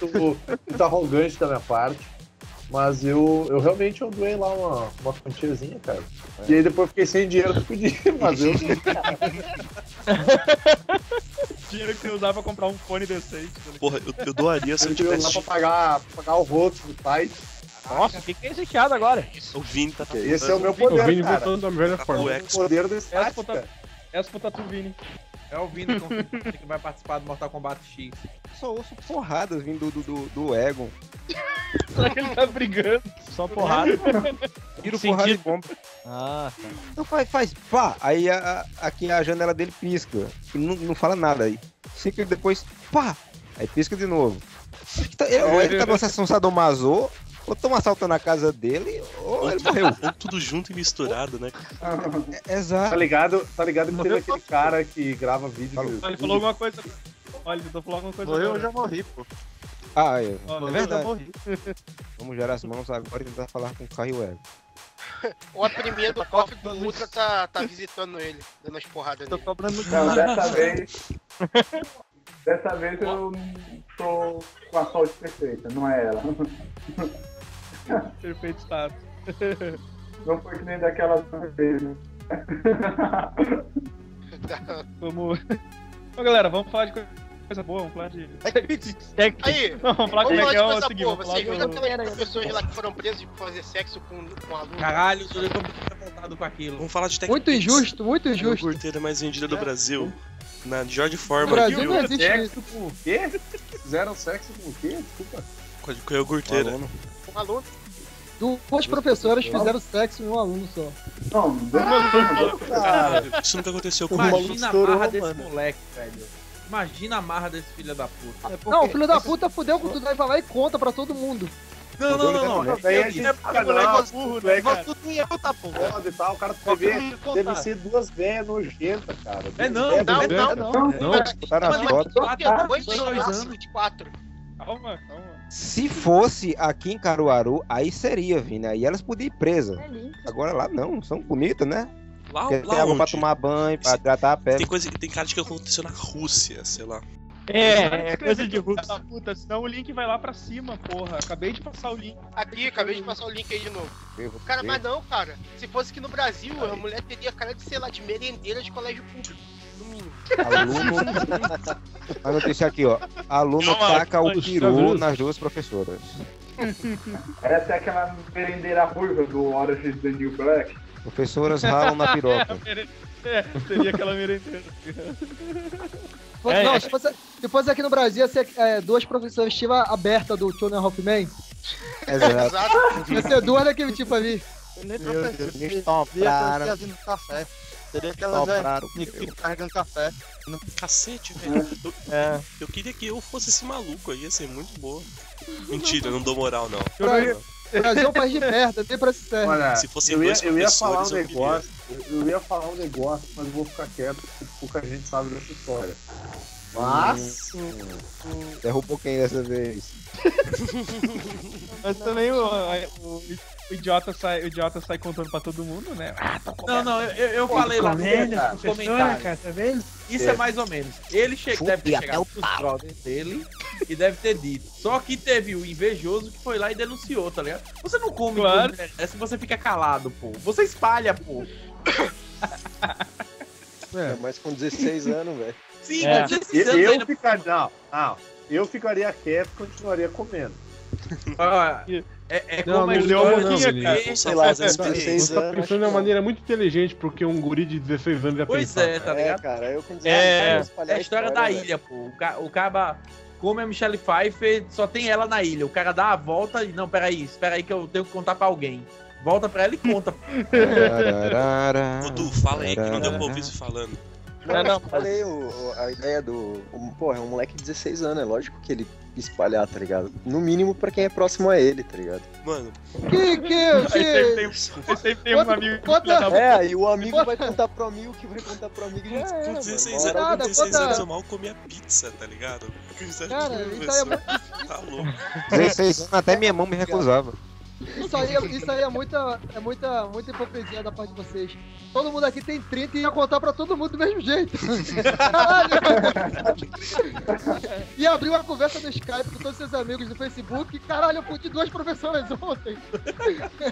muito, muito arrogante da minha parte. Mas eu, eu realmente eu doei lá uma, uma quantiazinha, cara. E aí depois eu fiquei sem dinheiro pra pedir, mas eu. Dinheiro que você usava pra comprar um fone decente. tá ligado? Porra, eu, eu doaria se eu Eu tive tivesse. lá pra pagar, pagar o rosto do pai. Nossa, o que, que é esse chiado agora? O Vini tá Esse é o meu poder, cara. O O poder desse É Essa tática. puta- essa puta tu, Vini. É o Vini com- que vai participar do Mortal Kombat X. Só ouço porradas vindo do, do, do Egon. Será que ele tá brigando? Só porrada. Tiro porrada e bomba. Ah, tá. Então faz, faz pá. Aí a, a- aqui a janela dele pisca. E não, não fala nada aí. Cinco e depois, pá. Aí pisca de novo. Acho que tá- ele- É. ou ele tá numa sessão sadomaso, ou tão assaltando a casa dele, ou ele morreu. Ou tudo junto e misturado, né? Exato. Tá ligado, tá ligado que teve aquele cara que grava vídeo. no Ele YouTube? falou alguma coisa. Olha, ele falou alguma coisa. Morreu, agora. eu já morri, pô. Ah, é. Ó, é eu já verdade. morri. Vamos gerar as mãos agora e tentar falar com o Caio e o Egon. O aprimia do cofre do Ultra tá, tá visitando ele, dando as porradas nele. Tô cobrando Não, dessa vez. dessa vez eu tô com a saúde perfeita, não é ela. Perfeito status. Não foi que nem daquela vez, né? Como. Ô galera, vamos falar de coisa boa, vamos falar de. Aí, Não, vamos falar como é que é o seguinte. Vamos Vocês viram falar do... aquelas pessoas lá que foram presas por fazer sexo com, com aluno? Caralho, o Zulito tá revoltado com aquilo. É. Vamos falar de Tech Muito injusto, muito injusto. A curteira mais vendida do Brasil. Na George Foreman. Brasil viu? não existe sexo com o quê? Fizeram sexo com o quê? Desculpa. Com a- Com a iogurteira. Um aluno. Duas professoras fizeram sexo em um aluno só. Não, Ah, é Cara, Isso nunca aconteceu comigo. Imagina a marra desse moleque, velho. Imagina a marra desse filho da puta. Não, o filho da puta fudeu com tudo, aí vai lá e conta pra todo mundo. Não, não, não, É não. Daí a gente fica bravo, né, cara? tudo ia contar, pô. Foda e tal, o cara deve, deve ser duas velhas nojentas, cara. É não, Duas não, velhas- não, não. Não, tá na foto. Dois, dois, dois, quatro. Calma, calma. Se fosse aqui em Caruaru, aí seria, Vini. Aí elas podiam ir presas. Agora lá não, são bonitas, né? Lá- Porque lá tem água pra onde? tomar banho, pra tratar a pele. Tem, coisa, tem cara de que aconteceu na Rússia, sei lá. Para de escrever, filha da puta, senão o link vai lá pra cima, porra. Acabei de passar o link. Aqui, acabei de passar o link aí de novo. Cara, mas não, cara. Se fosse aqui no Brasil, a mulher teria cara de, sei lá, de merendeira de colégio público. No mínimo. Aluno. A notícia aqui, ó. Aluno Não, mano, um taca o mas- peru nas duas professoras. Essa é aquela merendeira ruiva do Orange is the New Black. Professoras ralam na piroca. É, seria aquela merendeira. É. Fosse- não, se fosse, se fosse aqui no Brasil, ia ser é, duas professoras tipo a aberta do Tony Hoffman. Exato. Ia ser duas daquele tipo ali. Nem Meu professor. Deus, nem- eles nem toparam. aquelas que fazem café. Teria aquelas Toparam, que ficam carregando café. No cacete, velho. Eu, eu queria que eu fosse esse maluco aí, ia ser muito boa. Mentira, eu não dou moral, não. Brasil, Brasil é um país de merda, nem pra se serve. Olha, Se fossem eu, ia, dois eu ia falar um professores, eu queria. negócio, eu, eu ia falar um negócio, mas eu vou ficar quieto, porque pouca gente sabe dessa história. Mas. um Derrubou quem dessa vez? Mas também o, o- o idiota sai, o idiota sai contando pra todo mundo, né? Ah, tô Não, não, eu, eu- eu falei lá no comentário. comentário. tá Isso é. mais ou menos. Ele che deve ter chegado pros brothers dele e deve ter dito. Só que teve o invejoso que foi lá e denunciou, tá ligado? Você não come Claro. como merece, você fica calado, pô. Você espalha, pô. É, mas com 16 anos, velho. Sim, É. com 16 Eu, anos eu ainda. ficaria. Não, não. Eu ficaria quieto e continuaria comendo. Ó, É, é Não, como a não deu história não, de- Vini. sei lá, Você tá- você né? tá pensando de uma maneira muito inteligente porque um guri de 16 anos já Pois é, tá É, pensar. é, tá ligado? cara, eu com É, É a história da ilha, pô. O, ca... o caba Como a Michelle Pfeiffer, só tem ela na ilha. O cara dá a volta e. Não, peraí, espera aí que eu tenho que contar pra alguém. Volta pra ela e conta. Dudu, fala aí que não deu pra ouvir isso falando. Não, não, falei o- o- a ideia do. o- pô, é um moleque de 16 anos, é lógico que ele espalhar, tá ligado? No mínimo pra quem é próximo a ele, tá ligado? Mano. Que, é, que, Aí sempre que... sempre tem um Quanto- amigo que quanto- filha da puta. É, aí o amigo vai contar pro amigo que vai contar pro amigo. Com 16 é mano, anos, com É, nada, 16 conta- né? anos eu mal comia pizza, tá ligado? Isso é Cara, difícil, isso aí é velho. Tá louco. 16 anos, até minha mão me recusava. Isso aí, é- isso aí é muita, é muita, muita hipocrisia da parte de vocês. Todo mundo aqui tem 30 e ia contar pra todo mundo do mesmo jeito. Caralho! e abriu uma conversa no Skype com todos seus amigos no Facebook. E, caralho, eu curti duas professoras ontem.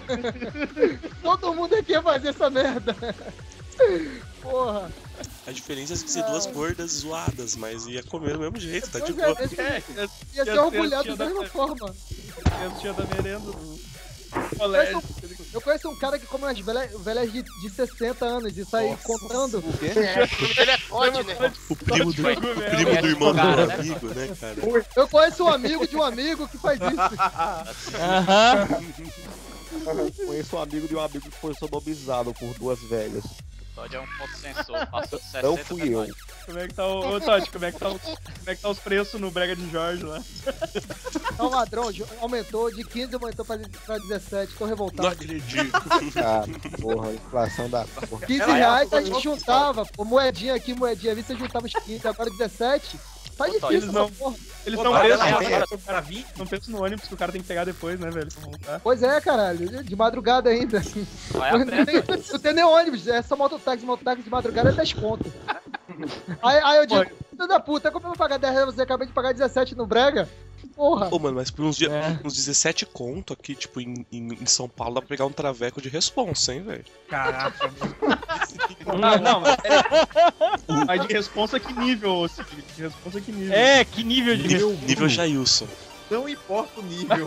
todo mundo aqui ia fazer essa merda. Porra. A diferença é que ser duas gordas zoadas, mas ia comer do mesmo jeito, tá de Pois é, boa. ia- ia ser orgulhado da mesma forma. Tinha da merenda né? do Eu colégio. conheço, eu conheço um cara que come umas velha- velhas de, de 60 anos e sai contando. O quê? Ele é forte, né? O um primo do, o primo do irmão do meu amigo, né, cara? Eu conheço um amigo de um amigo que faz isso. Conheço um amigo de um amigo que foi sobobizado por duas velhas. Todd é um ponto sensor, passou de 60 Não fui eu. Como é que tá o. Ô, Totti, como é que tá, o- como é que tá os preços no Brega de Jorge lá? É um ladrão, jo- aumentou de 15, aumentou pra, pra 17, tô revoltado. Cara, Tá. Ah, porra, inflação da porra. 15 é é reais tá né? a né? gente juntava, pô, moedinha aqui, moedinha ali, você juntava os 15, agora 17. Tá difícil, Eles não, essa porra. eles Pô, não tá, pensam ela- no- ela- não pensam no ônibus que o cara tem que pegar depois, né, velho? pra voltar. Pois é, caralho, de madrugada ainda. Vai a pé, não, tem, não tem nem ônibus, é só mototáxi, mototáxi de madrugada é 10 conto. Aí, aí eu digo, filho da puta, como eu vou pagar 10 reais, você acabei de pagar 17 no Brega? Porra. Pô, mano, mas por uns, dia, uns 17 conto aqui, tipo, em, em, em São Paulo, dá pra pegar um traveco de responsa, hein, velho? Caraca. Ah, não, mas peraí. é. Mas de responsa que nível, ô, Cid? De responsa que nível? É, que nível de Nível, nível Jailson. Não importa o nível.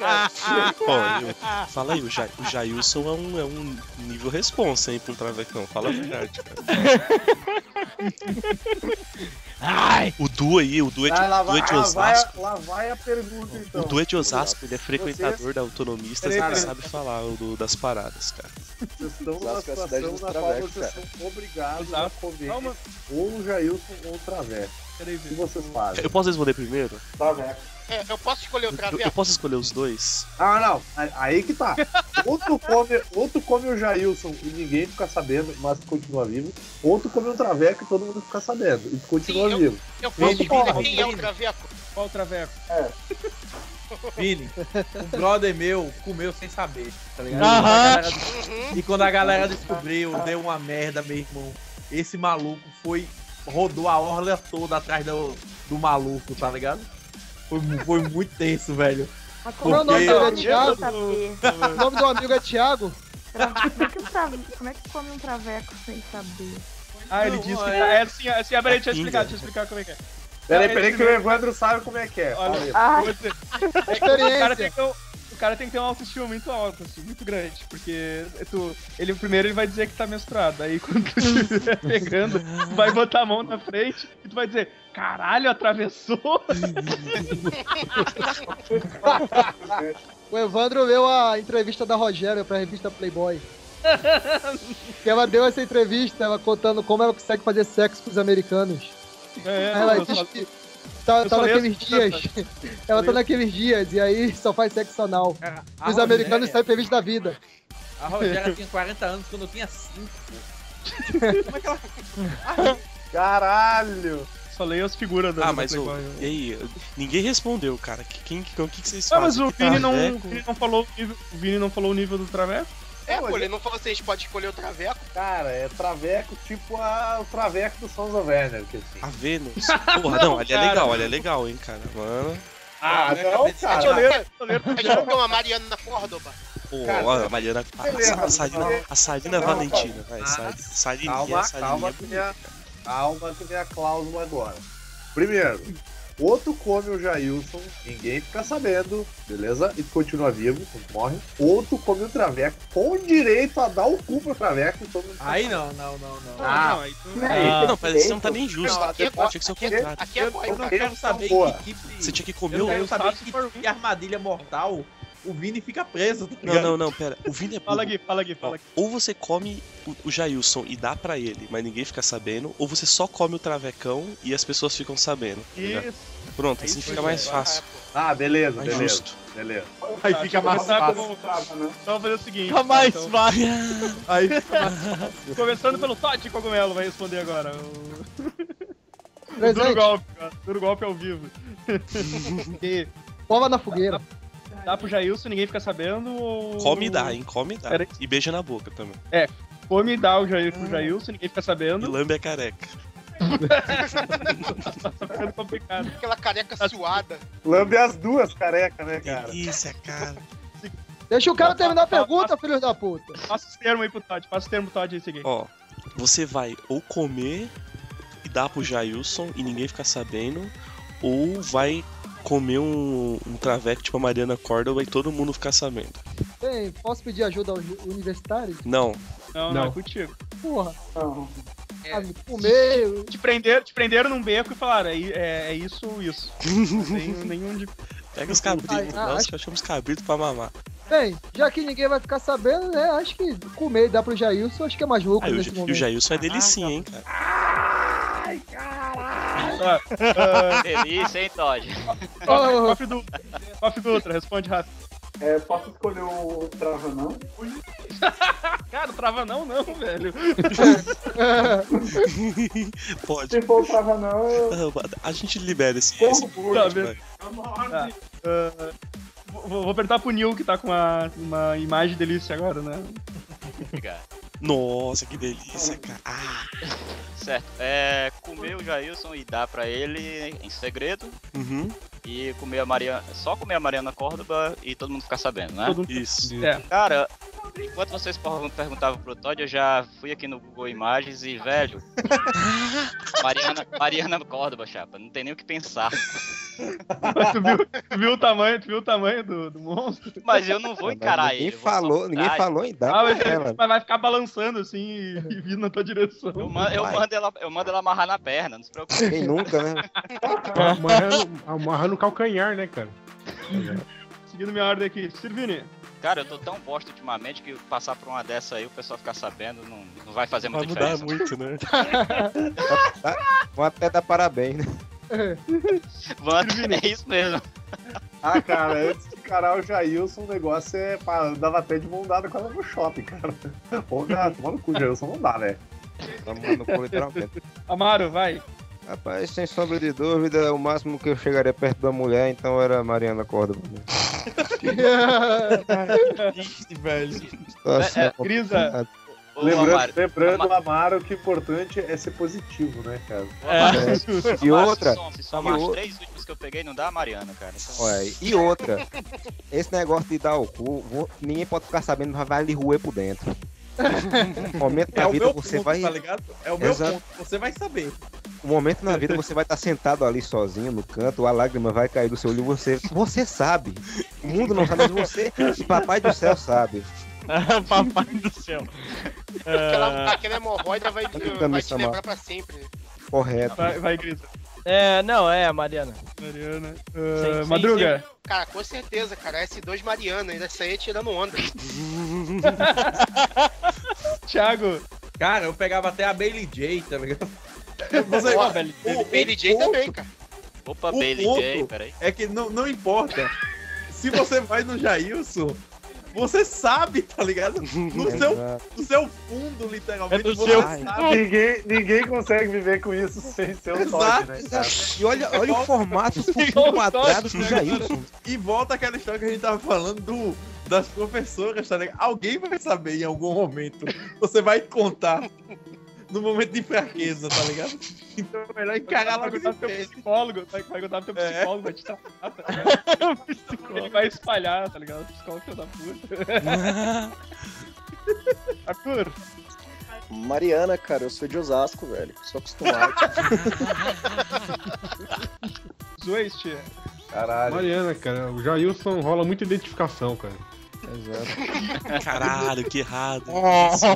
Ah. Ó, eu- fala aí, o, ja, o Jailson é um, é um nível responsa, hein, pra um travecão. Fala a verdade, cara. Ai! O Du aí, o Du é de, Ah, lá, du vai, é de lá vai Osasco. a- lá vai a pergunta, então. O Du é de Osasco, ele é frequentador Vocês- da Autonomistas Peraí, ele peraí. sabe falar o do- das paradas, cara. Vocês estão numa Osasco é a cidade situação dos na qual travestis, vocês cara. são obrigados a comer Calma. ou um Jailson ou um Travesso. O que vocês fazem? Eu posso responder primeiro? Travesso. É, eu posso escolher o Eu, eu traveco? posso escolher os dois? Ah, não. A- Aí que tá. Ou tu come, ou tu come o Jailson e ninguém fica sabendo, mas tu continua vivo. Ou tu come um Traveco e todo mundo fica sabendo. E tu continua vivo. Eu posso Vini, escolher Vini, quem é o traveco? Qual o traveco? É. Vini, um brother meu comeu sem saber, tá ligado? Aham. E quando a galera descobriu, deu uma merda, meu irmão. Esse maluco foi. rodou a orla toda atrás do, do maluco, tá ligado? Foi, mu- foi muito tenso, velho. Mas Como é o nome dele? É Thiago? saber. O nome do amigo é Thiago? Como é, que o tra- como é que come um traveco sem saber? Ah, ele disse que. É assim, é assim, é, peraí, deixa eu explicar, deixa eu explicar como é que é. Peraí, Não, peraí ele que o primeiro- Evandro sabe como é que é. Fala aí. Olha, eu vou dizer. Tipo, O cara, tem que ter um, o cara tem que ter uma autoestima muito alta, assim, muito grande. Porque tu, ele primeiro ele vai dizer que tá menstruado. Aí quando tu estiver pegando, tu vai botar a mão na frente e tu vai dizer, caralho, atravessou! O Evandro leu a entrevista da Rogério pra revista Playboy. Que ela deu essa entrevista, ela contando como ela consegue fazer sexo com os americanos. É, Aí ela eu diz só- que tá, eu tá só leio naqueles as dias. coisas, ela leio- tá naqueles dias, e aí só faz sexo anal. É, a os americanos Rogéria- saem felizes da vida. A Rogéria tinha 40 anos quando eu tinha 5. Caralho! Só leio as figuras da Ah, da mas o. Playboy. E aí? Ninguém respondeu, cara. Que- Quem, que- o que, que vocês Ah, fazem? É, mas o Que Vini não, o traveco? Vini não falou o nível, o Vini não falou o nível do Traveco? É, pô, ele não falou se a gente pode escolher o traveco. Cara, é traveco tipo a, o traveco do Sons of Anarchy, assim. A Vênus. Porra, não, ele é Cara. legal, ele é legal, hein, cara. Mano. Ah, né, não, cara. A gente vai ter uma Mariana Córdoba. Pô, Cara, ó, a Mariana. A, beleza, a, a Sarina, a Sarina é Não, Valentina, calma. vai. Ah, Sari- Sarininha, Calma, é Sarininha. calma que minha, calma que minha cláusula agora. Primeiro, Outro come o Jailson, ninguém fica sabendo, beleza? E continua vivo, não morre. Outro come o Traveco com direito a dar o cu pro Traveco. Então Aí não, não, não, não. Ah, não, aí tu- Ah, não, peraí, você não tá nem justo. Não, aqui é Tinha que ser o contrário. eu, eu não quero é saber Boa. que equipe. Você tinha que Eu comer não o. quero saber que, que armadilha mortal o Vini fica preso. tá Não, ligado? não, não, pera. O Vini é burro. Fala aqui, fala aqui, fala aqui. Ou você come o- o Jailson e dá pra ele, mas ninguém fica sabendo, ou você só come o travecão e as pessoas ficam sabendo. tá ligado? Isso. É Pronto, assim fica mais fácil. Tá Ah, beleza, Mais beleza. justo. Beleza. Aí fica mais fácil. Então vamos fazer o seguinte. Fica mais fácil. Então. Aí fica mais fácil. Começando pelo Totti Cogumelo, vai responder agora. O... o duro Presente. golpe, cara. duro golpe é ao vivo. e Pova na fogueira. dá pro Jailson, ninguém fica sabendo ou... Come e dá, hein? Come e dá. Peraí. E beija na boca também. É, come e dá o Jair pro Jailson, ninguém fica E sabendo. lambe a careca. Tá ficando complicado. Aquela careca suada. Lambe as duas carecas, né, cara? Delícia, cara. Deixa o cara Tá, terminar a pergunta, filho da puta. Passa os termos aí pro Todd, passa o termo pro Todd aí, seguinte. Ó, você vai ou comer e dar pro Jailson e ninguém fica sabendo, ou vai comer um, um traveco tipo a Mariana Córdoba e todo mundo ficar sabendo. Ei, posso pedir ajuda aos universitários? Não. Não, não, é contigo. Porra. Ah, me Comer. Te prenderam, te prenderam num beco e falaram, é, é, é isso ou isso. Não tem nenhum de. Pega É os cabritos, Ah, nós acho- achamos cabrito pra mamar. Bem, já que ninguém vai ficar sabendo, né? Acho que comer e dar pro Jailson, acho que é mais lucro Aí, o, nesse Ja- Ah, e o momento. Jailson é delicinha, hein, cara. Ah, Delícia, hein, Todd? Coffee do. Coffee do Ultra, responde rápido. É, posso escolher o Trava não? Cara, trava não, não, velho. Pode. Se for o Trava não, eu. Ah, A gente libera esse. É um esse Porra, porra. corte, vai. Tá, ah, vou, vou perguntar pro Nil que tá com uma, uma imagem delícia agora, né? Nossa, que delícia, cara. Ah, Certo. É, comer o Jailson e dar pra ele em segredo. uhum. E comer a Mariana. Só comer a Mariana Córdoba e todo mundo ficar sabendo, né? Todo mundo- Isso. É. Cara, enquanto vocês per- perguntavam pro Todd, eu já fui aqui no Google Imagens e, velho. Mariana, Mariana Córdoba, chapa. Não tem nem o que pensar. Mas tu viu, tu viu o tamanho, tu viu o tamanho do, do monstro? Mas eu não vou É, Mas encarar ninguém ele, eu vou falou- só- ninguém Ai. falou em né, dar Ah, mas, pra ela. mas vai ficar balançando assim e, e vindo na tua direção. Eu mando, eu, mando ela, eu mando ela amarrar na perna, não se preocupe. Quem nunca, né? Amarrar no, amarrar no calcanhar, né, cara? Seguindo minha ordem aqui, Sirvini. Cara, eu tô tão bosta ultimamente que passar por uma dessa aí, o pessoal ficar sabendo, não, não vai fazer Vai muita mudar diferença. muito, né? Tá? Vão até dar parabéns, né? Mano, é isso mesmo. Ah, cara, antes de encarar o Jailson, o negócio é. Pá, eu dava até de mão dada com ela no shopping, cara. Porra, toma no cu, Jailson, não dá, né? velho. Tomando cu, Tá literalmente. Amaro, vai. Rapaz, sem sombra de dúvida, é o máximo que eu chegaria perto da mulher, então era Mariana Córdoba. né? Triste, velho. Situação É, é, complicada. Ô, lembrando, Amaro, lembrando Amaro, que o importante é ser positivo, né, cara? É. E outra, Se somar- se e somar as outra- três últimas que eu peguei, não dá a Mariana, cara. Então- Olha, e outra, esse negócio de dar o cu, vo- ninguém pode ficar sabendo, mas vai lhe roer por dentro. Um momento na É o vida meu você ponto, vai. tá ligado? É o meu Exato. ponto, você vai saber. Um momento na vida você vai estar sentado ali sozinho no canto, a lágrima vai cair do seu olho, você. Você sabe. O mundo não sabe, mas você e papai do céu sabe. Papai do céu. Aquela, aquela hemorroida vai, Tá Tentando vai me te chamar. lembrar pra sempre. Correto. Vai, vai Grisa. É, não, é a Mariana. Mariana. Ah, Sem- sem- Madruga. Cara, com certeza, cara. S2 Mariana, ainda saía tirando onda. Thiago. Cara, eu pegava até a Bailey J, tá ligado? Você, Ó, o, Bailey J também, cara. Opa, o Bailey ponto J, peraí. É que não, não importa. Se você vai no Jailson, você sabe, tá ligado? No, Exato. seu, no seu fundo, literalmente, É no você seu sabe. fundo. Ninguém- ninguém consegue viver com isso sem ser o Todd, né, cara? E olha, olha o formato um fundo quadrado do Jailson. assim, E volta aquela história que a gente tava falando do, das professoras, tá ligado? Alguém vai saber em algum momento. Você vai contar no momento de fraqueza, tá ligado? Então é melhor encarar Vai logo contar de pro teu vez. psicólogo, tá vai, vai contar pro É. teu psicólogo, vai te tratar, tá um ligado? Ele vai espalhar, tá ligado? O psicólogo filho da puta. Arthur. Mariana, cara, eu sou de Osasco, velho. Sou acostumado. dois, tia. Caralho. Mariana, cara, o Jailson rola muita identificação, cara. Exato. Caralho, que errado. se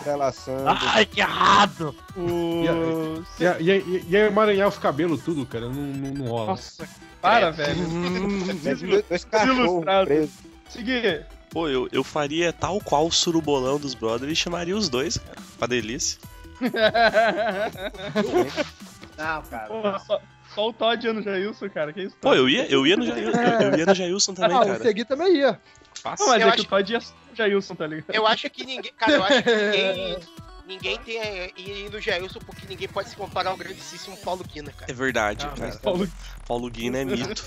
entrelaçando. Ai, que errado! E, a- e, a- e, a- e a emaranhar os cabelos tudo, cara, não, não, não rola. Nossa, É, para, velho. hum, Dois- dois cachorros presos. Segui. Pô, eu, eu faria tal qual o surubolão dos brothers e chamaria os dois, cara. Pra delícia. Não, cara. Porra, só, só o Todd ia no Jailson, cara. Que isso? Pô, eu ia, eu ia no Jailson, É. eu, eu ia no Jailson também, ah, o cara. Segui também ia. Fácil. Não, mas Eu é que acho- o Todd ia no Jailson, tá ligado? Eu acho que ninguém. Cara, eu acho que ninguém. Ninguém tem é, ir no Jailson porque ninguém pode se comparar ao grandíssimo Paulo Guina, cara. É verdade, Ah, cara. mas Paulo... Paulo- Guina é mito.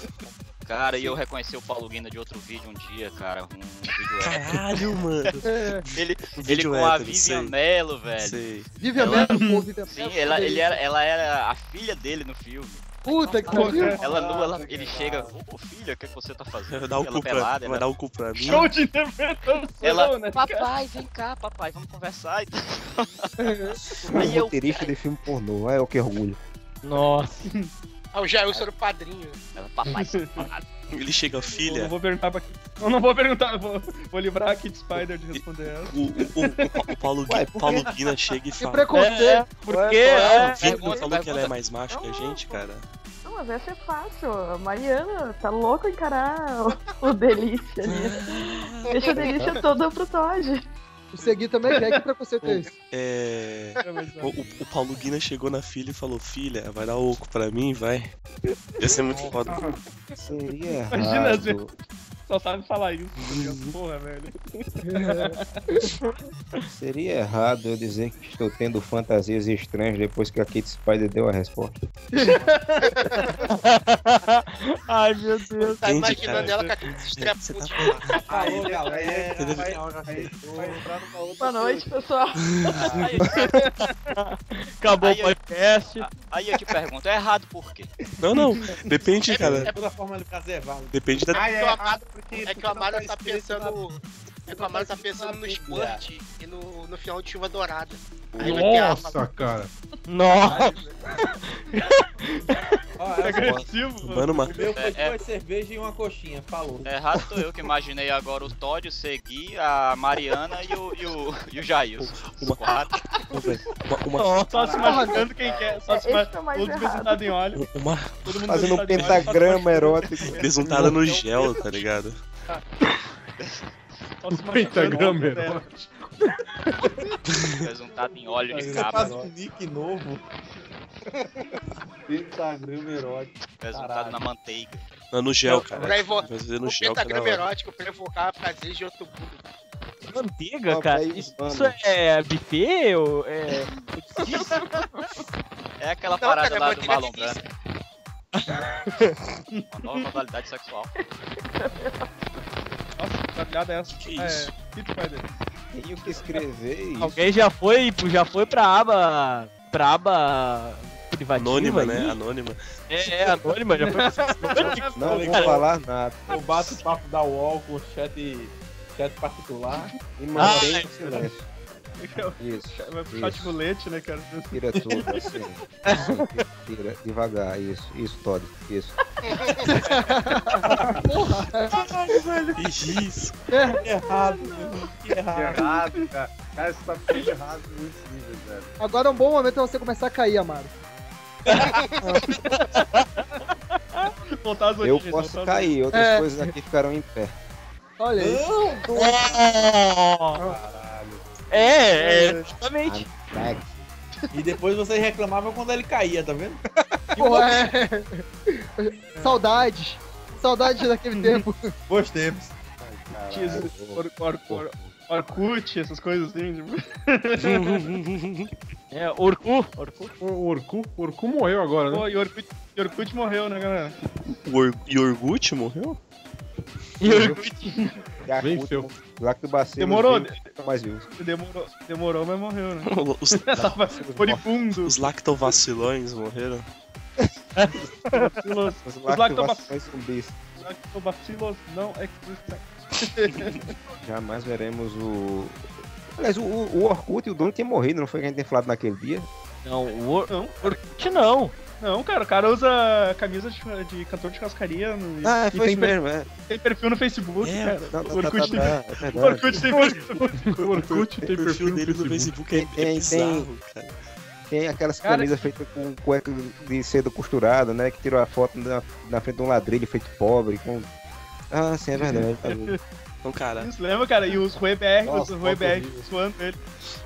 Cara, e eu reconheci o Paulo Guina de outro vídeo um dia, cara. Um vídeo hétero. Caralho, mano. Ele, ele Vídeo com a hétero, sei. Vivian Mello, velho. Sei. Vivian Ela- Mello, pô, Vivian Sim, Mello. ela, olha ele isso. era, ela era a filha dele no filme. Puta que Ela pariu. Ela nua, ela, ele chega, ô ô, filha, o que, é que você tá fazendo? Dá o ela cu pra, pelada, vai ela, dar o cu pra mim. Show de interpretação, ela né? papai, vem cá, papai, vamos conversar. e tal. Um Aí eu, roteirista de filme pornô, olha que orgulho. Nossa. Ah, o Jailson era o padrinho. Ela, tá papai, Ele chega, Eu filha. não vou perguntar pra... Eu não vou perguntar, eu vou, vou livrar aqui de Spider de responder ela. O, o- o- o Paulo, Gui- Paulo Guina chega e fala. preconceito. É, Por é, quê? é, É, o Vini pergunta, falou que ela é mais macho que a gente, cara. Não, mas essa é fácil. A Mariana tá louca encarar o, o Delícia ali. Deixa a Delícia toda pro Todd. O Segui também quer que preconceito é esse. É. O, o- o Paulo Guina chegou na filha e falou: Filha, vai dar oco pra mim, vai. Ia ser muito foda. Seria Imagina, às vezes, É errado. Tá só sabe falar isso. tá ligado? Porra, velho. Seria é errado eu dizer que estou tendo fantasias estranhas depois que a Kate Spider deu a resposta. Ai, meu Deus. Tá Entendi, imaginando cara. ela com aquele Você estrepute. Aí, Ah, é, galera, Entendeu? vai, vai, vai entrar numa outra. Boa noite, pessoal. Acabou Aí o eu- podcast. aí eu te pergunto, é errado por quê? Não, não. Depende, é cara. por- Toda forma do caso é válida. Depende da. Ah, é, é que o errado Amaro, porque- é que porque o não Amaro tá tá escrito pensando. É que o Amaro tá pensando no Squirt e no, no final de chuva dourada. Aí vai ter a- Nossa, cara. Nossa. Ó, é agressivo, Mano, uma... O um meu foi É, é. duas cervejas e uma coxinha, falou. É errado sou eu que imaginei agora o Todd, o Segui, a Mariana e o, e o, e o Jailson. Os quatro. Só se machucando quem quer. Só se Esse é tá machucando. mais Todos errado. besuntados em óleo. uma Todo mundo Fazendo besuntado em óleo, um só se pentagrama machucando. erótico. besuntada no gel, tá ligado? Só se machucando, Pentagrama né? erótico. Resultado em óleo de Você cabra. faz um nick novo. Pentagrama erótico. Resultado na um manteiga. Não, no gel, cara. Pra evo... Vai fazer O no gel, cara. pentagrama erótico pra evocar prazeres de outro mundo. Manteiga, cara. Isso, isso é buffet ou é. É aquela Então- Não, parada cara, lá do manteiga é Marlon Brando. Uma nova modalidade sexual. Nossa, que piada é essa? Que isso? É, Kid Spider. Tenho que escrever isso. Alguém já foi, já foi pra aba. pra aba. privativa. Anônima, aí? né? Anônima. É, é, anônima, já foi. Não vou Cara, falar nada. Eu bato o papo da UOL com o chat, chat particular. E mantém Ah, o silêncio. Isso. Vai puxar de isso. rolete, né, cara? Tira tudo, assim. Isso, Tira devagar, isso, isso, Todd, isso. Caralho, velho. Que isso? É, Errado, meu. Que errado. Errado, cara. Cara, você tá ficando errado em muitos níveis, velho. agora é um bom momento pra você começar a cair, Amaro. Voltar às Eu origens. posso voltar às cair, outras É. coisas aqui ficarão em pé. Olha aí. Caralho. É, é, exatamente. E depois vocês reclamavam quando ele caía, tá vendo? Pô, é. Saudades. Saudades daquele tempo. Uhum. Bons tempos. origens. Or, or, or, Orkut, essas coisas assim. tipo. É, Orku. Orku. O Orku, o Orku morreu agora, né? Pô, e Orkut, e Orkut morreu, né, galera? O Or... E Orgut morreu? Venceu. Lá que o bacilo Demorou, veio, nunca mais viu. Demorou, demorou, mas morreu, né? Os, Tava moribundo. os lactovacilões morreram? Bacilos. Os Os lactobac- lactovacilos zumbis. lactobacilos não é existem. Jamais veremos o. Aliás, o, o o Orkut e o dono tinha morrido, não foi que a gente tinha falado naquele dia? Não, o Or... Não. Orkut não. Não, cara, o cara usa camisa de, de cantor de cascaria. No, Ah, e foi tem isso per- mesmo, é. Tem perfil no Facebook, É, cara. tá, tá, o Orkut tá, tá, é tem. verdade. O Orkut tem perfil. O Orkut tem O perfil dele no Facebook é, é bizarro, tem, tem aquelas Cara- camisas feitas com cueca de seda costurada, né? Que tirou a foto na, na frente de um ladrilho feito pobre. Com... Ah, sim, é verdade. Tá bom. Então, cara, Isso lembra, cara? E os Rui BR, os Nossa, é Rui foto BR horrível. zoando ele.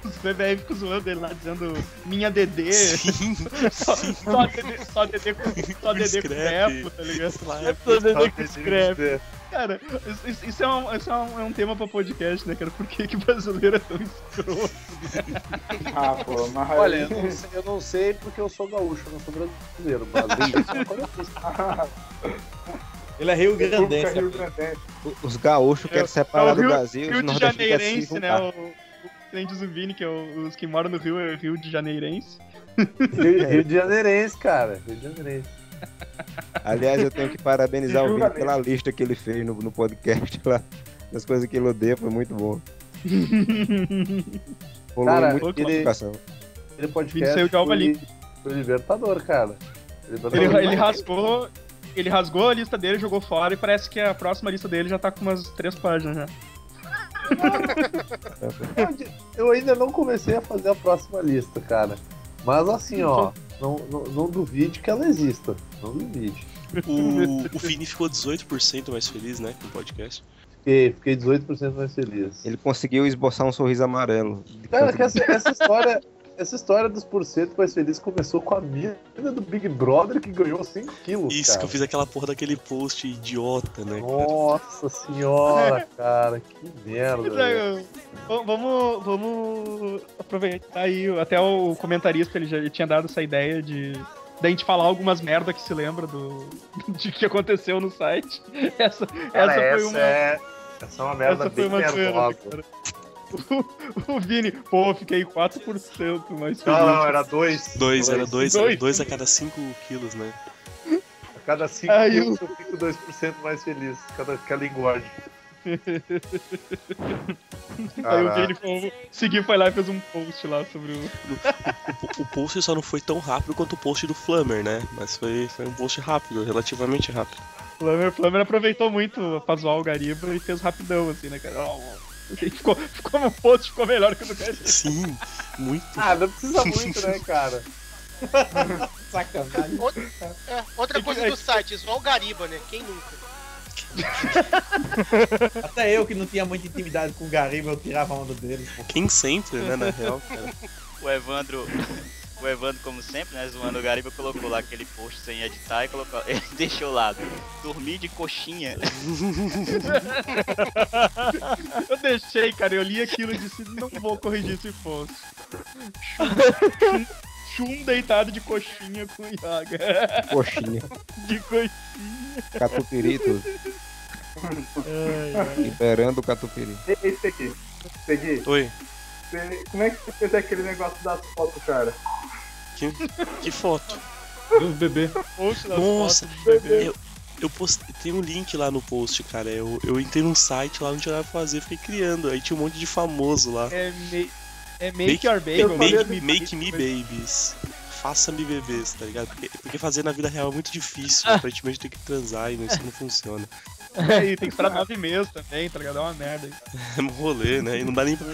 Os Rui BR ficam zoando ele lá, dizendo minha DD. só, só DD só DD com, só DD com Scrap. trepo, tá ligado? Slap. Só DD Só com scrap. DD. Cara, isso- isso, isso é, um, isso é, um, é um tema pra podcast, né, cara? Por que, que brasileiro é tão escroto? Ah, pô, mas... Olha, eu não, sei, eu não sei porque eu sou gaúcho, eu não sou brasileiro, mas... Ele é Rio Grandense. né? Grandense. Os gaúchos querem separar do É, Rio- Brasil, os Rio de nordestinos querem se Janeirense, né? juntar. O, o Trem de Zumbini, que é o- os que moram no Rio, é Rio de Janeirense. Rio, Rio de Janeirense, cara. Rio de Janeirense. Aliás, eu tenho que parabenizar Jura o Vini mesmo. pela lista que ele fez no, no podcast lá. Das coisas que ele odeia, foi muito bom. Rolou Cara, muito de ele- educação. Ele pode Vini saiu de Alba Limpa. Foi libertador, cara. Libertador. Ele, ele rasgou. Ele rasgou a lista dele, jogou fora e parece que a próxima lista dele já tá com umas três páginas já. Eu ainda não comecei a fazer a próxima lista, cara. Mas assim, Uhum. ó, não, não, não duvide que ela exista. Não duvide. o, o Vini ficou 18% mais feliz, né? Com o podcast. Fiquei, fiquei 18% mais feliz. Ele conseguiu esboçar um sorriso amarelo. Cara, É, que essa, essa história. Essa história dos porcento mais feliz começou com a mina do Big Brother que ganhou 5 quilos. Isso, cara. que eu fiz aquela porra daquele post idiota, né? Nossa senhora, cara, que merda. velho. Então, v- Vamos, vamos aproveitar aí, até o comentarista ele já ele tinha dado essa ideia de da gente falar algumas merda que se lembra do de que aconteceu no site. Essa, Cara, essa foi essa uma é- essa é uma merda essa foi bem uma zoeira, nervosa. cara. O, o Vini, pô, fiquei 4% mais feliz. é Não, não, era 2. Dois, era dois, era dois a cada 5 quilos, né? A cada 5 Ai, quilos eu fico 2% mais feliz. Cada, cada engorde. Aí o Caraca. Vini foi, seguiu, foi lá e fez um post lá sobre o. O, o post só não foi tão rápido quanto o post do Flammer, né? Mas foi, foi um post rápido, relativamente rápido. Flamer, Flamer aproveitou muito pra zoar o Gariba e fez rapidão, assim, né, cara? Ó, ó. Ficou, ficou no post, ficou melhor que o do Gariba. Sim, muito. Ah, não precisa muito, né, cara? Sacanagem. Outra, é, outra coisa do site, só o Gariba, né? Quem nunca? Até eu que não tinha muita intimidade com o Gariba, eu tirava a onda dele. pô. Quem sempre, né, na real, cara. O Evandro. O Evandro, como sempre, né? Zoando o Gariba, colocou lá aquele post sem editar e colocou. Ele deixou lá. Dormir de coxinha. Eu deixei, cara, eu li aquilo e disse, não vou corrigir se fosse. Chum, chum deitado de coxinha com Iaga. Coxinha. De coxinha. Catupirito. Liberando o Catupiri. Esse aqui. Segui. Oi. Você- Como é que você fez aquele negócio das fotos, cara? Que, que foto? Dos bebês. Nossa, eu, eu postei. Tem um link lá no post, cara. Eu, eu entrei num site lá, não tinha nada pra fazer, fiquei criando. Aí tinha um monte de famoso lá. É, me, é make, your make, make bagel. me, make me babies. Faça-me bebês, tá ligado? Porque, porque fazer na vida real é muito Ah. difícil. Aparentemente tem que transar e isso não funciona. E tem que esperar nove meses também, tá ligado? É uma merda. É um rolê, né? E não dá nem pra,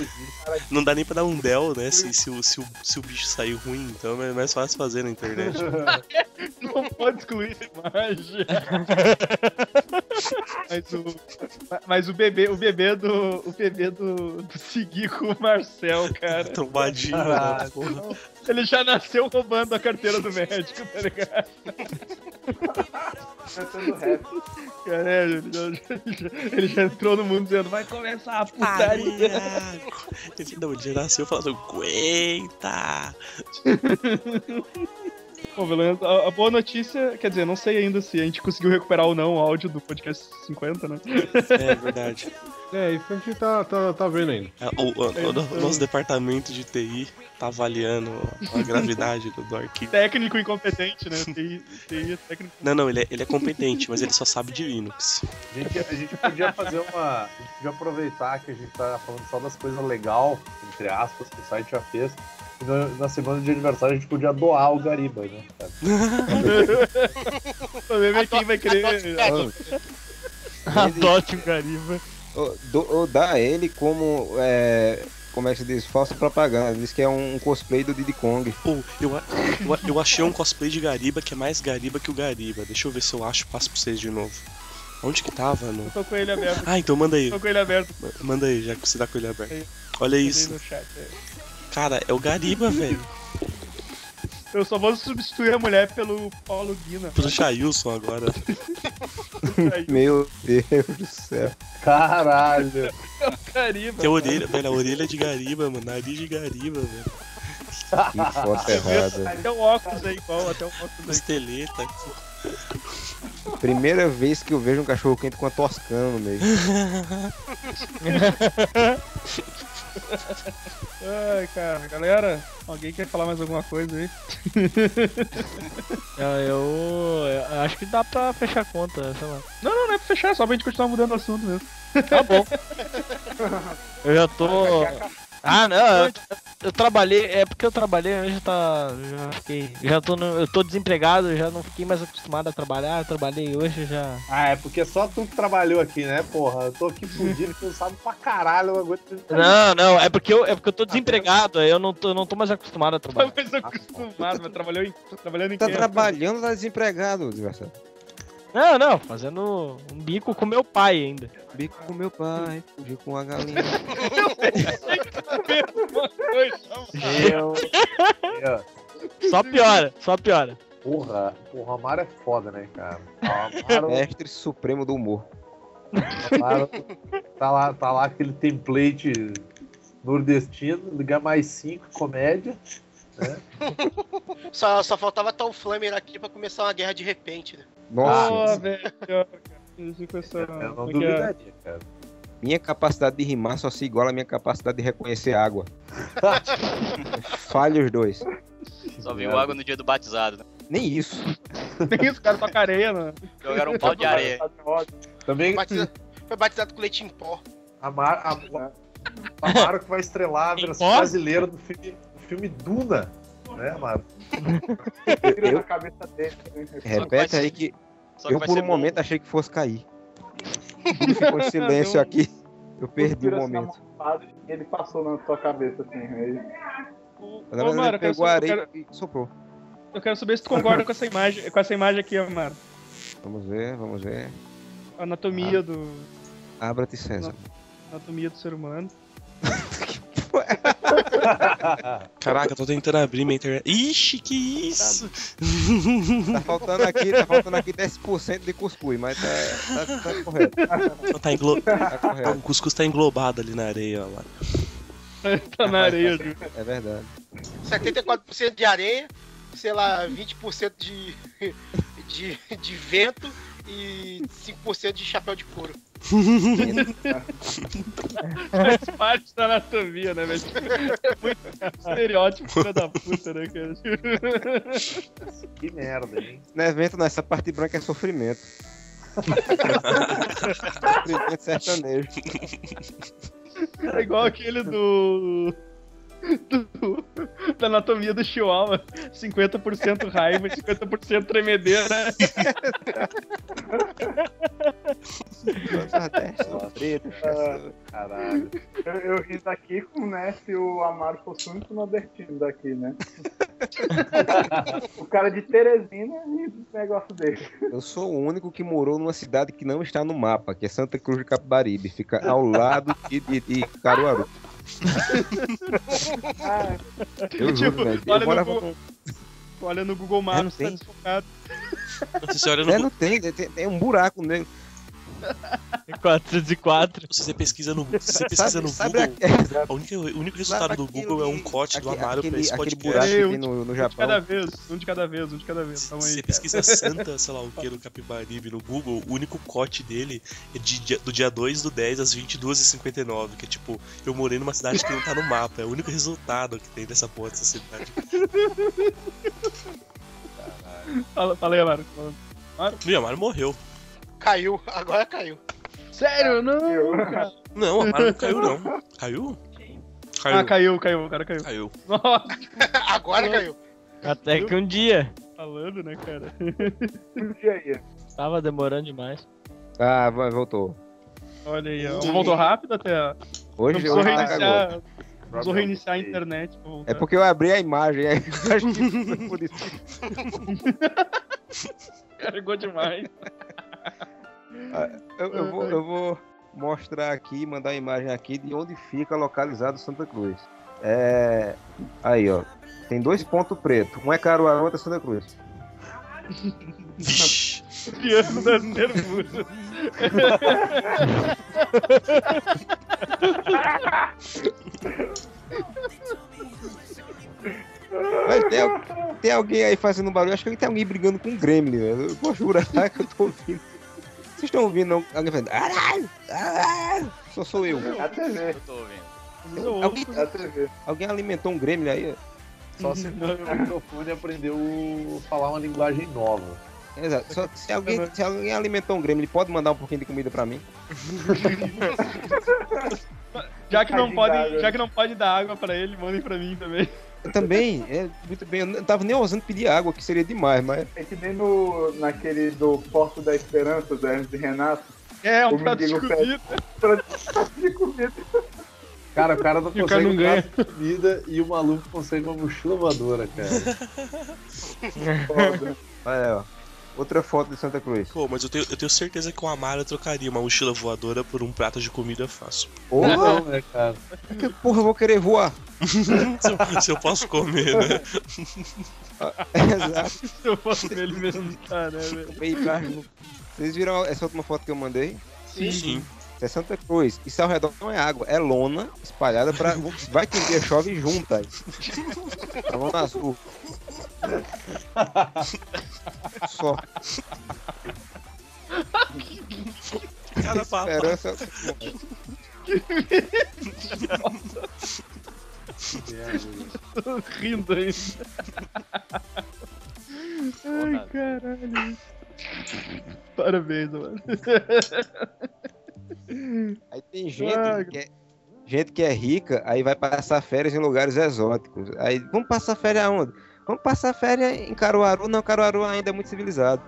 não dá nem pra dar um del, né? Se, se, o, se, o, se o bicho sair ruim, então é mais fácil fazer na internet. Não pode excluir essa imagem. mas, o, mas o bebê, o bebê do. O bebê do, do seguir com o Marcel, cara. Tombadinho, né? Caralho. Porra. Ele já nasceu roubando a carteira do médico, tá ligado? Cara, é, ele, já, ele já- ele já entrou no mundo dizendo, vai começar a putaria. Ele não, ele nasceu falando, aguenta! Bom, pelo menos a, a boa notícia, quer dizer, não sei ainda se a gente conseguiu recuperar ou não o áudio do podcast 50, né? É verdade. É, isso a gente tá, tá, tá vendo ainda. É, O, o- o no- nosso departamento de TI tá avaliando a gravidade do, do arquivo. Técnico incompetente, né? TI, TI é técnico. Não, não, ele é, ele é competente, mas ele só sabe de Linux. A gente, a gente podia fazer uma. A gente podia aproveitar que a gente tá falando só das coisas legal, entre aspas, que o site já fez. na, na semana de aniversário a gente podia doar o Gariba, né? problema é quem vai querer. Adote um o Gariba. Ou, do- ou dá ele como. É, como é que se diz? Falsa propaganda. Diz que é um cosplay do Diddy Kong. eu, a- eu, a- eu achei um cosplay de Gariba que é mais Gariba que o Gariba. Deixa eu ver se eu acho e passo pra vocês de novo. Onde que tava, no? Tô com ele aberto. Ah, então manda aí. Tô com ele aberto. Ma- Manda aí, já que você tá com ele aberto. Aí. Olha Mandei isso. no chat, é. Cara, é o Gariba, velho. Eu só vou substituir a mulher pelo Paulo Guina. Pro Jailson agora. Meu Deus do céu. Caralho. Gariba. Tem a orelha, velho, a orelha de Gariba, mano. Nariz de Gariba, velho. Que foto errada. Até o óculos aí, igual, até o óculos aí. Esteleta. Primeira vez que eu vejo um cachorro quente com a toscana no meio. Ai, cara, galera, alguém quer falar mais alguma coisa aí? Eu, eu- eu acho que dá pra fechar a conta, sei lá. Não, não, não é pra fechar, só pra gente continuar mudando o assunto mesmo. Tá bom. Eu já tô. Ah, não, eu, eu trabalhei, é porque eu trabalhei, eu já tá. Já fiquei. Já tô, no- eu tô desempregado, eu já não fiquei mais acostumado a trabalhar, eu trabalhei hoje já. Ah, é porque só tu que trabalhou aqui, né, porra? Eu tô aqui fudido, cansado pra caralho, eu aguento. Não, não, é porque eu, é porque eu tô desempregado, aí eu não tô, eu não tô mais acostumado a trabalhar. Mas eu acostumado, mas trabalhou em, trabalhando em Tá quê? trabalhando, tá desempregado, desgraçado. Não, não, fazendo um bico com meu pai ainda. Bico com meu pai, fugiu com a galinha. Meu. Só piora, só piora. Porra, porra, Amaro é foda, né, cara? Mestre supremo do humor. Amaro, tá, lá, tá lá aquele template nordestino, ligar mais cinco, comédia. Só, só faltava tal Flamer aqui pra começar uma guerra de repente, né? Nossa, Nossa. velho. ó, cara, isso com essa- Eu não como é que é? duvidaria, cara. Minha capacidade de rimar só se iguala à minha capacidade de reconhecer água. Falha os dois. Só veio água no dia do batizado, né? Nem isso. Tem isso, cara, pra careia, mano. Jogaram um pau de areia. Tá Também Batiza- Foi batizado com leite em pó. Amaro, Amaro, Amaro que vai estrelar a versão Ó. brasileira do filme, do filme Duna, né, Amaro? Tira Eu- na cabeça dele. né? Repete aí que. só que Eu vai por ser um bom. momento achei que fosse cair. um Tudo ficou em silêncio aqui. Eu perdi o Tira-se na momento. mão, Ele passou na tua cabeça assim. Aí... Na Ô, verdade, Amaro, ele eu quero pegou a saber- areia eu e soprou. Eu quero saber se tu concorda com essa imagem, com essa imagem aqui, Amaro. Vamos ver, vamos ver. A anatomia Ah. do. Abra-te, César. Anatomia do ser humano. Caraca, eu tô tentando abrir minha internet. Ixi, que isso? Tá faltando aqui, tá faltando aqui 10% de cuscuz, mas tá, tá, tá correto. Tá, englo... correto. o cuscuz tá englobado ali na areia, ó, lá. tá na areia, Ju. É verdade. 74% de areia, sei lá, 20% de, de, de vento e 5% de chapéu de couro. Faz parte da anatomia, né, velho? Muito estereótipo, filha da puta, né, cara? Que merda, hein? No evento, não, essa parte branca é sofrimento. sofrimento sertanejo. É igual aquele do. do- da anatomia do Chihuahua: 50% raiva e 50% tremedeira. Caralho. Eu, eu ri daqui como né, se o Amaro fosse o único nordestino daqui, né? o cara de Teresina e o negócio dele. Eu sou o único que morou numa cidade que não está no mapa, que é Santa Cruz de Capibaribe. Fica ao lado de, de- de Caruaru. Eu juro, velho. Tipo, Eu olha, no morava Google, olha no Google É, não Maps, tá tem. desfocado. Nossa senhora, eu É, não tem, tem, tem um buraco nele. 404. Se você pesquisa no, se você pesquisa Sabe- no sabe Google, a única- o único resultado do Google é um corte do armário pra esse podcast. É, um de- um de cada vez, um de cada vez, um de cada vez. Tamo Se aí, você cara. pesquisa Santa, sei lá o que, no Capibaribe, no Google, o único corte dele é de dia- do dia 2 do 10 às 22h59, que é tipo, eu morei numa cidade que não tá no mapa, é o único resultado que tem dessa porra dessa cidade. Fala, fala aí, Amaro. Fala. Meu, Amaro morreu. Caiu, agora caiu. Sério? Não, cara. Não, Amaro não caiu não. Caiu? Caiu. Ah, caiu, caiu, o cara caiu. Caiu. Nossa. Agora caiu. Até que um dia. Falando, né, cara? Um dia aí. Tava demorando demais. Ah, vai- voltou. Olha aí, ó. Voltou rápido até. ó. Hoje não precisou eu- reiniciar. cagou. não Precisou reiniciar a internet. pra voltar. É porque eu abri a imagem. aí acho que foi por isso. Carregou demais. Ah, Eu, eu vou, eu vou mostrar aqui, mandar a imagem aqui de onde fica localizado Santa Cruz. É. Aí, ó. Tem dois pontos pretos. Um é Caruaru, outro é Santa Cruz. Criando das nervosas. Mas tem, al- tem alguém aí fazendo barulho. Acho que tem alguém brigando com o Gremlin, velho. Eu vou jurar que eu tô ouvindo. Vocês estão ouvindo não? alguém fazendo. "Aralho, aralho"? Só sou eu. É a TV. Eu tô ouvindo. Alguém, É a TV. alguém alimentou um Gremlin aí? Só se foi o microfone aprendeu a falar uma linguagem nova. Exato. Só- É se, alguém, se alguém alimentou um Gremlin, pode mandar um pouquinho de comida pra mim? Já que, não Tadinho podem- da água. já que não pode dar água pra ele, mandem pra mim também. Eu também, é, muito bem. Eu não tava nem ousando pedir água, que seria demais, mas. É que nem no, naquele do Porto da Esperança, do Hermes e Renato. É, um prato de comida. prato de comida. Cara, o cara não E consegue o cara não um ganha. prato de comida e o maluco consegue uma mochila voadora, cara. Olha aí, ó. Outra foto de Santa Cruz. Pô, mas eu tenho, eu tenho certeza que o Amaro trocaria uma mochila voadora por um prato de comida fácil. Ou não, né, cara? Que porra, eu vou querer voar. se, eu, se eu posso comer, né? Exato. Se eu posso ver ele mesmo, tá, né, velho? Meio cargo. Vocês viram essa última foto que eu mandei? Sim. Sim. Isso é Santa Cruz. Isso ao redor não é água, é lona espalhada pra. Vai que um dia chove juntas. A lona azul. Só. Cara, pá, Esperança é o Tô rindo ainda. Ai, caralho. Parabéns, mano. Aí Ah, tem gente que, é, gente que é rica, aí vai passar férias em lugares exóticos. Aí, vamos passar férias aonde? Vamos passar férias em Caruaru. Não, Caruaru ainda é muito civilizado.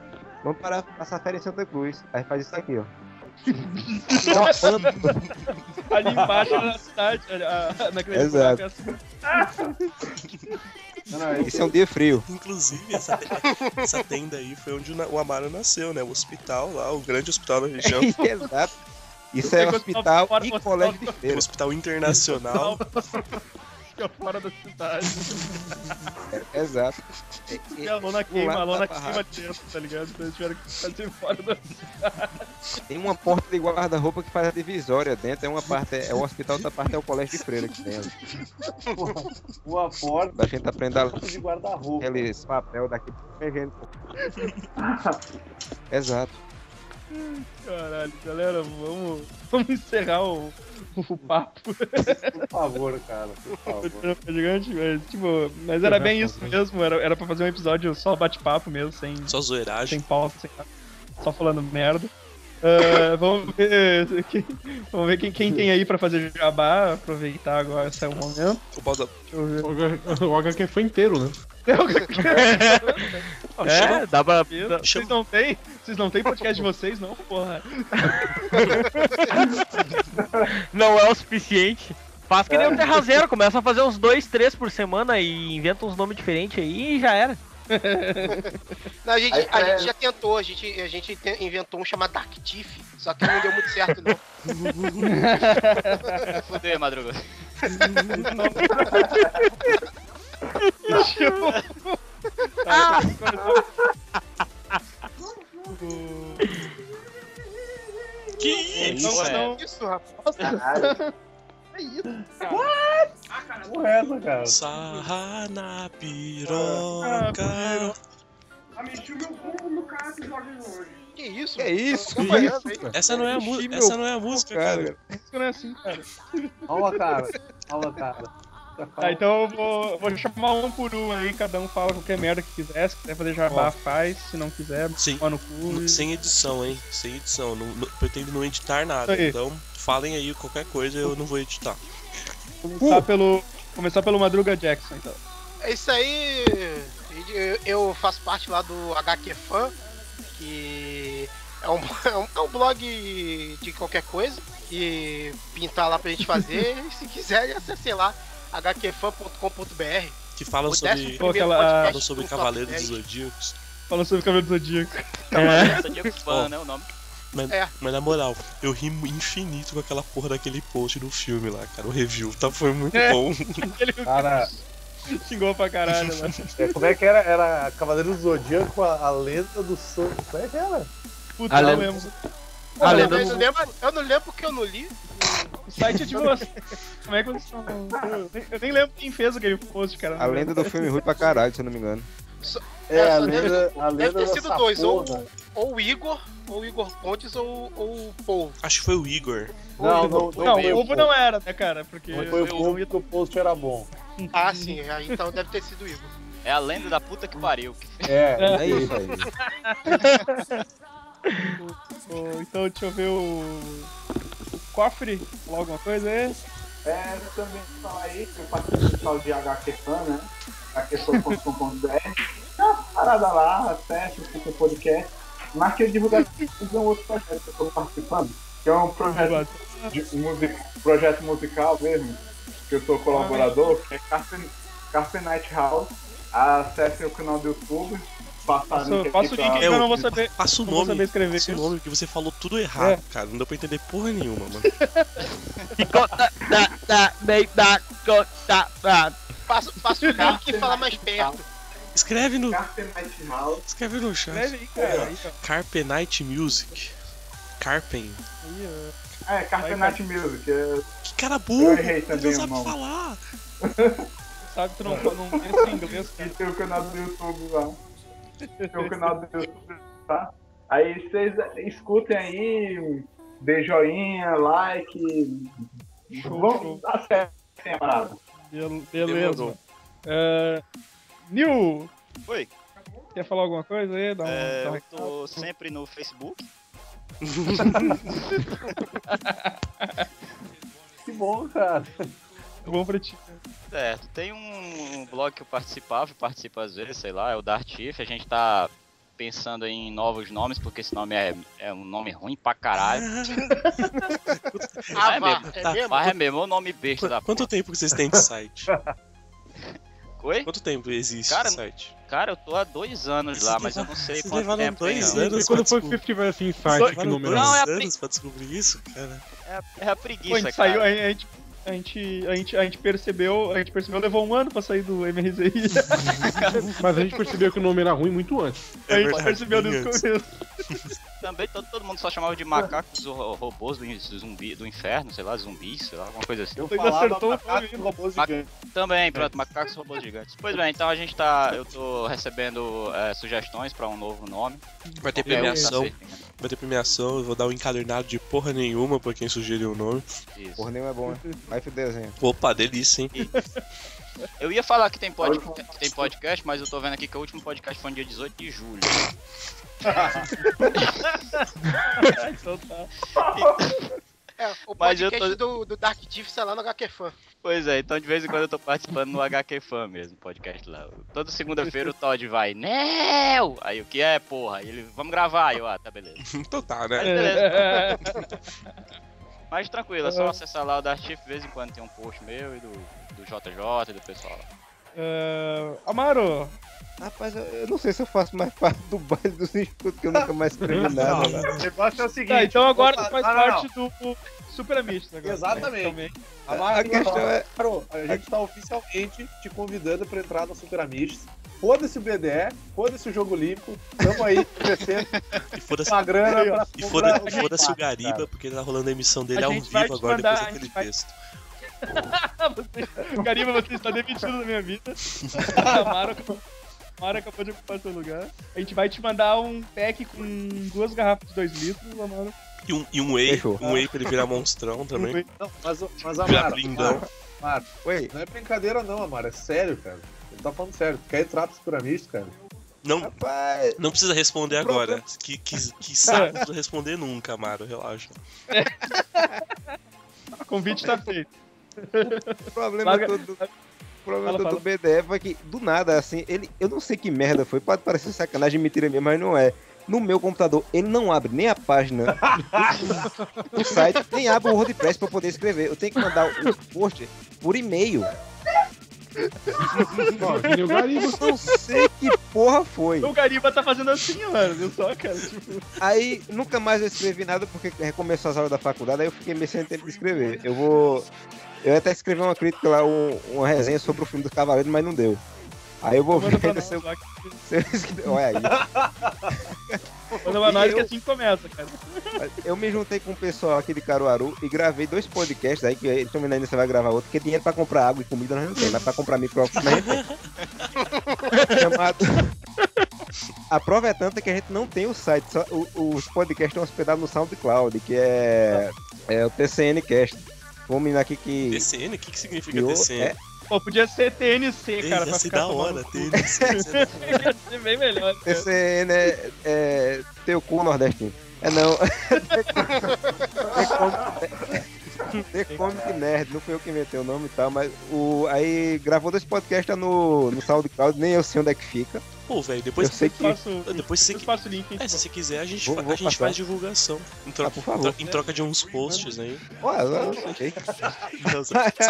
Vamos parar, passar férias em Santa Cruz. Aí faz isso aqui, ó. Ali embaixo na cidade, a- a- naquele Exato. buraco, Esse é um dia frio. Inclusive, essa, te- essa tenda aí foi onde o na- o Amaro nasceu, né? O hospital lá, o grande hospital da região. Exato. Isso é hospital e colégio de Um feira. hospital internacional. Fica é fora da cidade. Exato. E a lona Um queima, lado a lona da queima barraca. dentro, tá ligado? Então eles tiveram que fazer fora da cidade. Tem uma porta de guarda-roupa que faz a divisória dentro. É uma parte é o hospital, outra parte é o colégio de freira que tem. ali. Uma porta A gente aprende a de guarda-roupa. aqueles papel daqui pra gente. Exato. Caralho, galera, vamos, vamos encerrar o, o papo. Por favor, cara, por favor. Gigante, mas, tipo, mas era bem isso mesmo, era, era pra fazer um episódio só bate-papo mesmo, sem. Só zoeiragem. Sem pauta, sem nada. Só falando merda. Ah, vamos ver, quem, vamos ver quem, quem tem aí pra fazer jabá, aproveitar agora esse é o momento. O Balda... O HQ foi inteiro, né? É, Chama- dá pra- dá- Vocês não tem? Vocês não tem podcast de vocês, não, porra? Não é o suficiente. Faz que nem É. o Terra Zero, começa a fazer uns dois, três por semana e inventa uns nomes diferentes aí e já era. Não, a, gente, Aí a foi- gente já tentou, a gente, a gente te- inventou um chamado Dark Tiff, só que não deu muito certo, não. Fudeu, Madruga. Ah! Que É isso, isso, não, velho? isso, rapaz. É isso. What? Porra, é essa, cara? Sarra na piroca. A Michuga é o povo do cara que joga hoje. Que isso? É isso, Essa não é a Enchi música, meu essa não é a música, cara. cara. Isso não é assim, cara. Olha a cara, olha a cara. Tá, então eu vou, eu vou chamar um por um aí, cada um fala qualquer merda que quiser. Se quiser fazer jabá, Ó. faz. Se não quiser, Sim. toma no cu. e- Sem edição, hein? Sem edição. Não, não- pretendo não editar nada. Isso aí. Então, falem aí qualquer coisa, eu não vou editar. Começar pelo, começar pelo Madruga Jackson, então. É isso aí. Eu- Eu faço parte lá do HQ Fan, que é um, é um, é um blog de qualquer coisa. E pintar lá pra gente fazer. e se quiser, acesse lá hqfan.com.br. Que falam O sobre. décimo primeiro podcast falam sobre do Cavaleiro dos Flopcast. Zodíacos. Falando sobre o cabelo do Zodíaco. É. Cavaleiro do Zodíaco Fã, né? O nome. Mas, É. mas na moral, eu ri infinito com aquela porra daquele post do filme lá, cara. O review tá, foi muito É. bom. Cara, Xingou pra caralho, mano. é, como é que era? Era Cavaleiro do Zodíaco, a, a lenda do Sol. Como é que era? Puta, não lembro. Ah, eu, lembra- não lembro, eu não lembro porque eu não li. O site é de você. Como é que vocês estão. Eu, nem- eu nem lembro quem fez aquele post, cara. A lenda do filme é ruim pra caralho, se eu não me engano. É, a lenda, deve ter sido dois, ou, ou o Igor, ou o Igor Pontes, ou, ou o Paul. Acho que foi o Igor. Não, não, não, Não, foi o o Ovo post. não é, era, né, cara? Porque. Não foi o povo que o post era bom. Ah, sim, aí então deve ter sido o Igor. É a lenda da puta que pariu. que fez. É, É. é isso aí. Ô, Então, deixa eu ver o. O cofre, logo alguma coisa aí. É, eu também falar aí que eu participo do pessoal de HQ Fan, né? HQFan.com.br. É uma parada lá, acesse, escuta o podcast. Mas que eu divulgar um outro projeto que eu estou participando, que é um projeto, de music, projeto musical mesmo, que eu sou colaborador, que é Carpe- Carpe Night House. Acesse o canal do YouTube, passar Passa- passa o link aí que eu não vou saber. Passa É, o não vou nome. saber escrever Passa o isso. É. nome, porque você falou tudo errado, cara. Não deu pra entender porra nenhuma, mano. Passa, passa o link e fala mais perto. Escreve no. House. Escreve no chat. Escreve aí, cara, aí, Carpenite Music. Carpen. É, Carpe Night Music. É... Que cara Eu burro! errei Ele não também, sabe irmão. falar! Sabe, tu não, não pensa em inglês, cara. E tem o canal do YouTube lá. Tem o canal do YouTube, tá? Aí vocês escutem aí, dê joinha, like. Vão, acessem a parada. Bel- Beleza. Ah, Nil! Oi. Quer falar alguma coisa aí? Dá um, É, dá um eu tô sempre no Facebook. Que bom, cara. Bom pra ti. Certo, É, tem um blog que eu participava, eu participo às vezes, sei lá, é o Dartif. A gente tá pensando em novos nomes, porque esse nome é, é um nome ruim pra caralho. Ah, é vá, mesmo, é mesmo? Mas é mesmo, é o nome besta da Quanto tempo que vocês têm de site? Oi? Quanto tempo existe Cara, esse site? Cara, eu tô há dois anos lá, mas eu não sei Vocês quanto levaram tempo dois tem, não. anos Quando pra foi que descobrir- vocês tiveram esse Vocês insight que levaram número dois Não, é a anos pra descobrir isso, cara? É, é a Pô, a preguiça, gente cara. saiu, a gente, a gente, a gente, a gente percebeu, a gente percebeu, levou um ano pra sair do MRZI. Mas a gente percebeu que o nome era ruim muito antes. É a gente percebeu desde o começo. Também todo, todo mundo só chamava de macacos ou robôs do, in- zumbi, do inferno, sei lá, zumbis, sei lá, alguma coisa assim. Eu Vocês falava acertou né? o macaco, nome. robôs Mac- gigantes. Também, pronto, macacos e robôs gigantes. tá Pois bem, então a gente tá. Eu tô recebendo é, sugestões pra um novo nome. Vai Qualquer ter um tá premiação. aceito. É, Vai ter premiação, eu vou dar um encadernado de porra nenhuma pra quem sugeriu o nome. Porra, nenhum é bom, né? Vai pro desenho. Opa, delícia, hein? Eu ia falar que tem, pod... que tem podcast, mas eu tô vendo aqui que o último podcast foi no dia 18 de julho. então tá. É, o Mas eu podcast do, do Dark Diff sai lá no HQ Fan. Pois é, então de vez em quando eu tô participando no HQ Fan mesmo, podcast lá. Toda segunda-feira o Todd vai, Nel! Aí o que é, porra? Aí ele, vamos gravar, aí eu, ah, tá beleza. Então tá, Mas né? beleza. Mas tranquilo, é só acessar lá o Dartif, de vez em quando tem um post meu e do, do JJ e do pessoal lá. É, Ah, Amaro! Rapaz, eu, eu não sei se eu faço mais parte do baile dos escudos, que eu nunca mais escrevi nada. lá. O negócio é o seguinte. Tá, então agora tu opa, faz não, não, parte do Super Amistos agora. né? Exatamente. Também. A, Mara A questão falou, é- "Caro, a gente tá oficialmente te convidando pra entrar no Super Amistos. Foda-se o BDE, foda-se o jogo limpo. Tamo aí crescendo E foda-se uma grana pra e foda- comprar um e foda-se o carro, Gariba, cara. porque tá rolando a emissão dele A ao gente vivo vai te agora, mandar- depois a gente daquele vai- texto. Você- Gariba, você está demitido da minha vida. Amaro, acabou- Amaro acabou de ocupar seu lugar. A gente vai te mandar um pack com duas garrafas de 2 litros, Amaro. E um, e um Whey, Fechou. um Whey pra ele virar monstrão também. Não, mas, o- mas a Vira Mara, blindão. Mara, Mara, não é brincadeira não, Amara, é sério, cara. Ele tá falando sério. Tu quer entrar pro Super Amistos, cara? Não, não precisa responder agora. Que, que, que saco, não precisa responder nunca, Amaro, relaxa. O convite tá feito. O problema Larga- todo. O problema Fala, todo fala. do BDF é que, do nada, assim, ele. Eu não sei que merda foi, pode parecer sacanagem mentira mesmo, mas não é. No meu computador, ele não abre nem a página do site, nem abre o WordPress pra eu poder escrever. Eu tenho que mandar o post por e-mail. o Gariba. Eu não sei que porra foi. O Gariba tá fazendo assim, mano, viu só, cara? Tipo, Aí nunca mais eu escrevi nada porque recomeçou as aulas da faculdade, aí eu fiquei meio sem tempo de escrever. Eu vou. Eu ia até escrevi uma crítica lá, um- uma resenha sobre o filme do Cavaleiro, mas não deu. Aí eu vou ver manda pra nós, se eu. lá, se eu escre- Olha aí. manda pra nós E que eu- assim começa, cara. Eu me juntei com o pessoal aqui de Caruaru e gravei dois podcasts aí, que eles também ainda você vai gravar outro, porque dinheiro pra comprar água e comida nós não temos, mas pra comprar microfone nós não temos. Chamado... A prova é tanta que a gente não tem o site, só o- os podcasts estão hospedados no SoundCloud, que é, é o TCNcast. Vamos menino aqui que... TCN? O que, que significa Eu- TCN? é. Pô, podia ser TNC, Ei, cara, pra ia ser ficar da tomando hora, cu. TNC. Ia ser bem melhor. né? cara. TCN é, é teu cu nordestino. É não. The Comic Nerd, não fui eu que inventei o nome e tal, mas o. Aí gravou dois podcasts tá no, no SoundCloud, nem eu sei onde é que fica. Pô, velho, depois Eu sei que- Faço, depois você que... faço o link. então. É, se você quiser, a gente, Vou- fa- vou a gente passar. Ah, faz divulgação. Em troca, por favor. em troca de uns posts aí. Ué, eu não sei. Tá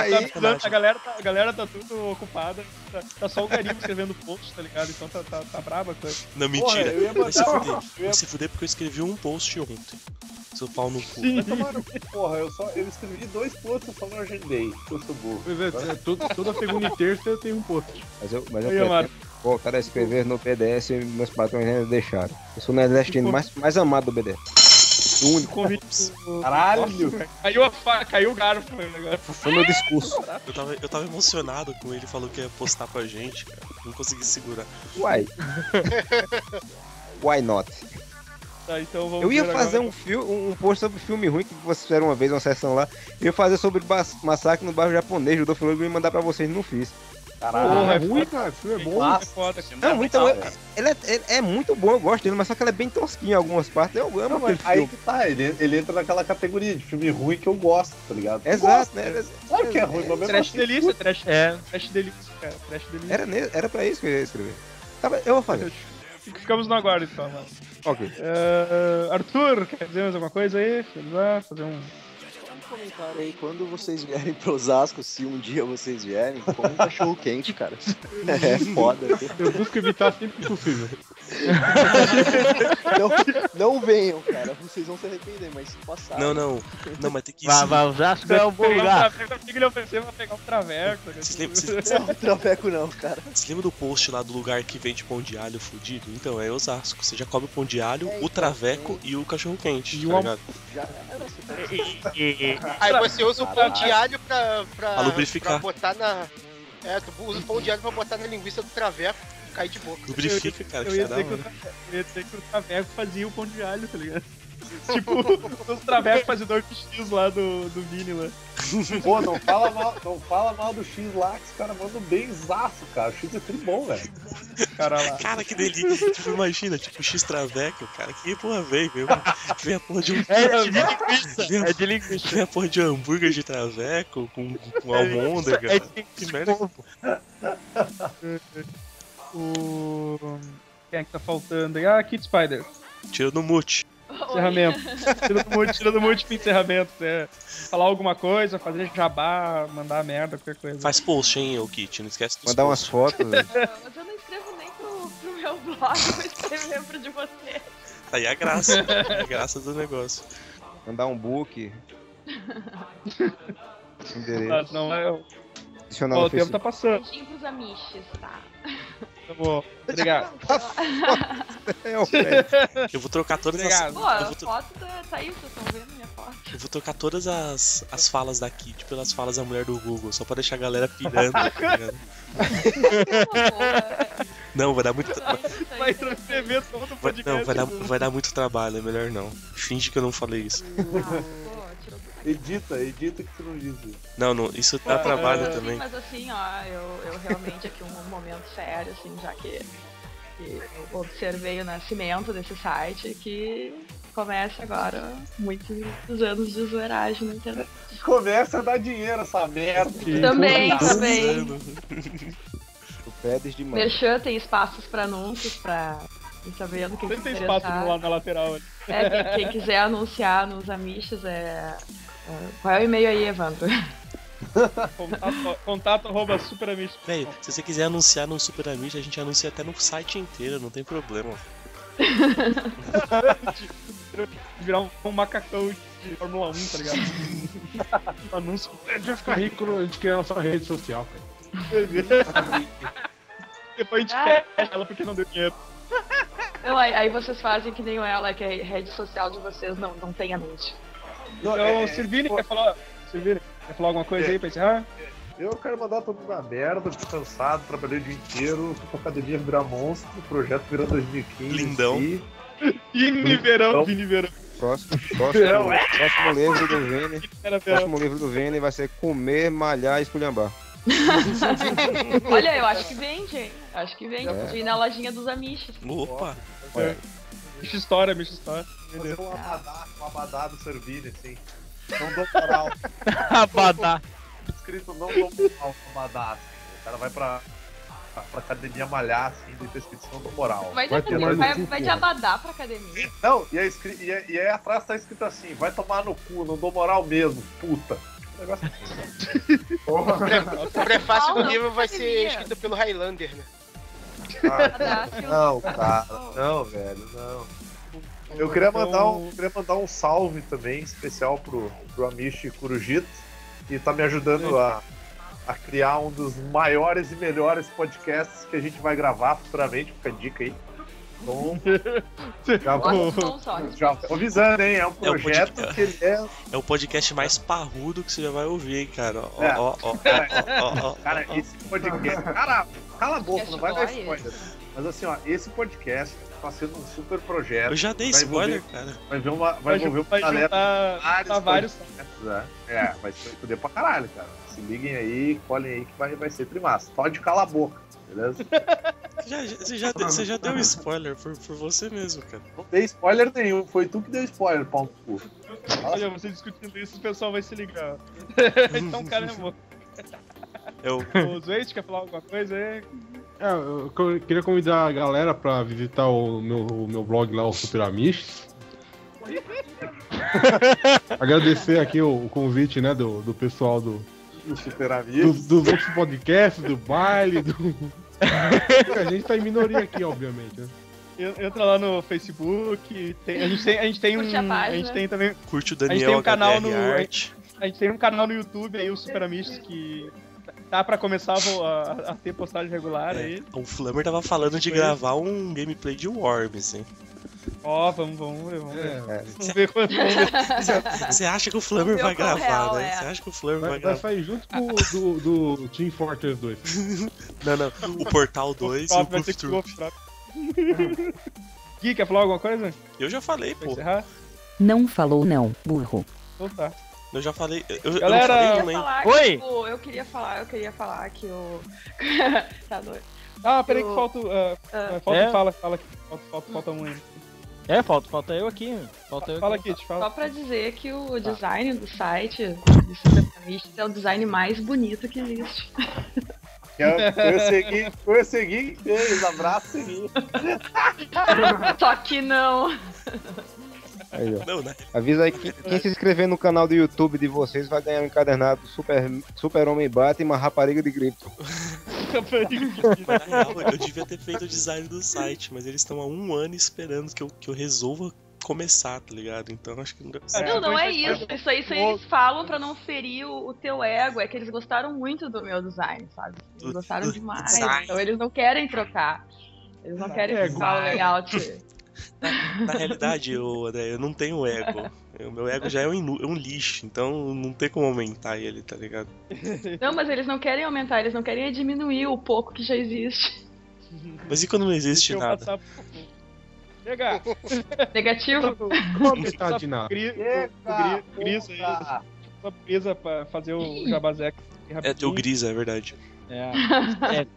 Aí- precisando, a, galera tá, a galera tá tudo ocupada, tá, tá só o Gariba escrevendo post, tá ligado? Então tá, tá, tá braba a coisa. Não, Porra, mentira. eu ia Vai se mandar- fuder. eu ia- Vai se fuder porque eu escrevi um post ontem. Seu pau no cu. Mas tomaram, porra, eu só eu escrevi dois pontos, eu só não agendei. Eu sou burro. Pois é, é, to- toda segunda e terça eu tenho um post. Mas eu, mas eu Aí, Amaro. pretendo voltar a escrever no PDS e meus patrões ainda deixaram. Eu sou o nordestino mais, mais amado do BDS. O único. Convite. Caralho! Nossa, Caiu, a fa... Caiu o garfo, né, velho, agora. Foi meu discurso. Eu tava, eu tava emocionado com ele, falou que ia postar com a gente, cara. Não consegui segurar. Uai. Why not? Tá, então vamos Eu ia ver fazer agora. um, fio, um um post sobre filme ruim que vocês fizeram uma vez, uma sessão lá. Eu ia fazer sobre bas- massacre no bairro japonês. O Dolph Lundgren ia mandar pra vocês, não fiz. Porra, é ruim, cara. Esse filme é bom. Nossa. É foda, cara. Não, então, é- ele é, ele é muito bom, eu gosto dele, mas só que ele é bem tosquinho em algumas partes. Eu amo Não, aquele mas aí filme. que tá, ele, ele entra naquela categoria de filme ruim que eu gosto, tá ligado? Exato, Gosto, né? Claro que é ruim, mas mesmo Trash assim, delícia, trash, É. trash delícia, cara. Trash delícia. Era, ne- era pra isso que eu ia escrever. Tá, mas eu vou fazer. Ficamos no agora, então, mano. Ok. Eh, Arthur, quer dizer mais alguma coisa aí? Vamos lá, fazer um... Cara, aí quando vocês vierem pro Osasco, se um dia vocês vierem, come um cachorro quente, cara. É foda. Eu busco evitar sempre que possível. Não, não venham, cara. Vocês vão se arrepender, mas se passar. Não, não. Não, mas tem que ir Vá, sim. vá, Vasco é um bom lugar. Eu achei que ele ofereceu pra pegar um traveco. né? Vocês lembram, vocês, Traveco não, cara. vocês lembram do post lá do lugar que vende pão de alho fudido? Então, é Osasco. Você já come o pão de alho, É, então. o traveco e o cachorro-quente, tá ligado? Já era, você tá- Aí você usa o pão de alho pra, pra, Pra lubrificar. pra botar na. É, tu usa o pão de alho pra botar na linguiça do traveco e cair de boca. Lubrifica, cara, Eu que ia, tá da dizer que o hora. tra- eu ia dizer que o Traveco fazia o pão de alho, tá ligado? tipo, os Traveco fazedor de X lá do, do Mini lá. Pô, não fala, mal, não fala mal do X lá, que os caras mandam bem zaço, cara. O X é tudo bom, velho. Cara lá. Cara, que delícia. tipo, imagina, tipo, X traveco, cara. Que porra veio, meu? Vem a porra de um. É de linguiça. Vem a- É de linguiça. Vem a porra de hambúrguer de traveco com, com um almôndega. É cara. de Que merda. O. Quem é que tá faltando aí? Ah, Kid Spider. Tira no mute. Encerramento. Tira do mute, tira do mute pro encerramento. né? Falar alguma coisa, fazer jabá, mandar merda, qualquer coisa. Faz post, hein, ô Kit. Não esquece dos Mandar umas posts. fotos, né? velho. Mas eu não escrevo nem pro, pro meu blog, eu escrevo pro de você. Aí é a graça. É a graça do negócio. Mandar um book. Mas Endereço. não é. Ó, Adicionar no o tempo tá Facebook. passando. Beijinho pros amiches, tá? Tá bom. Obrigado. Tá É, o Fred. Eu vou trocar todas as. Pô, a Eu vou, tro- foto tá, tá aí, vocês estão vendo minha foto? eu vou trocar todas as, as falas da Kit pelas falas da mulher do Google, só pra deixar a galera pirando, tá ligado? Não, vai dar muito. tra- Vai transcrever todo o Vai, podcast. não, vai dar, vai dar muito trabalho, é melhor não. Finge que eu não falei isso. Edita, edita que tu não diz isso. Não, não, isso dá trabalho Sim, também. Mas assim, ó, eu, eu realmente aqui um momento sério, assim, já que, que eu observei o nascimento desse site, que começa agora muitos anos de zoeiragem na internet. Começa a dar dinheiro essa merda. Também, também. Tu pedes demais. Merchan tem espaços pra anúncios, pra ir sabendo quem Sempre se tem espaço interessar. no lado na lateral né? ali. É, quem, quem quiser anunciar nos amichas é. é, Qual é o e-mail aí, Evandro? Contato, contato arroba superamist. Velho, se você quiser anunciar no Super Amish, a gente anuncia até no site inteiro, não tem problema. Virar um, um macacão de Fórmula 1, tá ligado? Anúncio. É, A gente vai ficar rico quando é a gente criar nossa rede social, cara. Depois a gente fecha ela porque não deu dinheiro. Não, aí, aí vocês fazem que nem ela, que a rede social de vocês não, não tem anúncio. Não, é- o Sirvini Então, quer falar. Sirvini, quer falar alguma coisa aí pra encerrar? Eu quero mandar todo mundo na merda, tô cansado, trabalhei o dia inteiro, fui pra academia virar monstro, o projeto virou 2015. Lindão. Vini Verão, Vini Verão. Próximo, Verão, próximo, é? próximo livro do Vene. Era verão. Próximo livro do Vene vai ser Comer, Malhar e Esculhambar. Olha, eu acho que vende, hein? Acho que vende. É. Podia ir na lojinha dos amichas. Opa! Olha, Bicho É. história, bicho história. Fazer um abadá, um abadá do Servini, assim. Não dou moral. Abadá. Escrito não dou moral, abadá. assim. O cara vai pra, pra, pra academia malhar, assim, daí tá escrito não dou moral. Vai, vai, vai, um vai de abadá pra academia. Não, e, é escri- e, é- e aí atrás tá escrito assim, vai tomar no cu, não dou moral mesmo, puta. Um negócio assim. O prefácio do livro vai ser escrito pelo Highlander, né? Ah, não, cara, não, velho, não. Eu queria mandar um, queria mandar um salve também especial pro, pro Amish Kurujito, que tá me ajudando a, a criar um dos maiores e melhores podcasts que a gente vai gravar futuramente, fica a dica aí. Então, Tá já vou, já vou avisando, hein? É um É um projeto podcast. que ele é É o podcast mais parrudo que você já vai ouvir, hein, cara. Ó, É. ó, ó, ó, ó, ó, ó. Cara, esse um podcast. Cara, cala a boca, não vai dar spoiler. Mas assim, ó, esse podcast tá sendo um super projeto. Eu já dei Vai spoiler, envolver- cara. Vai ver uma. Vai envolver uma vai galera. juntar- juntar vários. podcasts, né? É, vai ser poder pra caralho, cara. Se liguem aí, colhem aí que vai, vai ser primassa. Pode calar a boca, beleza? Já- já- você, já deu, você já deu spoiler por, por você mesmo, cara. Não dei spoiler nenhum, foi tu que deu spoiler, pau no cu. Olha, você discutindo isso, o pessoal vai se ligar. então o cara é morto. Eu... O Zweit quer falar alguma coisa aí? É, eu co- queria convidar a galera pra visitar o meu, o meu blog lá, o Super Amish. Agradecer aqui o, o convite, né, do, do pessoal do, O Super do, Amigos. dos outros podcasts, do baile, do... a gente tá em minoria aqui, obviamente, né? En- Entra lá no Facebook. tem- a, gente tem, a gente tem Curte um. a página. gente tem também. Curte o a gente Daniel tem um canal no. HDR Art. A gente tem um canal no YouTube aí, o Super Amistos, que tá pra começar a vo- a, a ter postagem regular aí. O Flammer tava falando de é Foi. gravar um gameplay de Worms, hein? Ó, vamos, vamos ver, vamos ver. É. Vamos ver quando. vamos ver. Você acha que o Flammer vai gravar, real, né? é. Você acha que o Flammer vai, Vai, vai gravar? sair junto com o do, do Team Fortress 2. Não, não. O Portal 2 e o Vai ter Proof que Troop. comprar. Gui, quer falar alguma coisa? Eu já falei, pô. Não falou não, burro. Então tá. Eu já falei. eu- Eu, eu Galera- não Eu falei, queria não, falar hein? que, tipo, eu queria falar, eu queria falar que o. tá doido. Ah, peraí o- que falta. o- ah, Ah. falta É. fala, fala aqui. Falta, falta, falta um aí. É, falta, falta eu aqui, meu. Falta eu Fala, aqui. Kit, fala. Tá. Só pra dizer que o design do site do Superamistas é o design mais bonito que existe. Eu, eu segui, eu segui, eles, abraço, segui. Só que não. Aí, ó. Não, né? Avisa aí que quem se inscrever no canal do YouTube de vocês vai ganhar um encadernado Super, Super Homem Batman Rapariga de Grito. tipo, Mas, na real, eu devia ter feito o design do site, mas eles estão há um ano esperando que eu, que eu resolva começar, tá ligado? Então acho que não deu certo. Não, não é isso. Isso aí, isso aí eles falam pra não ferir o, o teu ego. É que eles gostaram muito do meu design, sabe? Eles gostaram demais. design. Então eles não querem trocar. Eles não É querem Ego. trocar o layout. Na realidade, eu, André, eu não tenho ego. O meu ego já é um, inu- é um lixo, então não tem como aumentar ele, tá ligado? Não, mas eles não querem aumentar, eles não querem é diminuir o pouco que já existe. Mas e quando não existe nada? Chega! Negativo? Só tá Gri, o, o Gri, Gris aí. Só precisa pra fazer o Jabazeca. É teu gris, é verdade. É. é.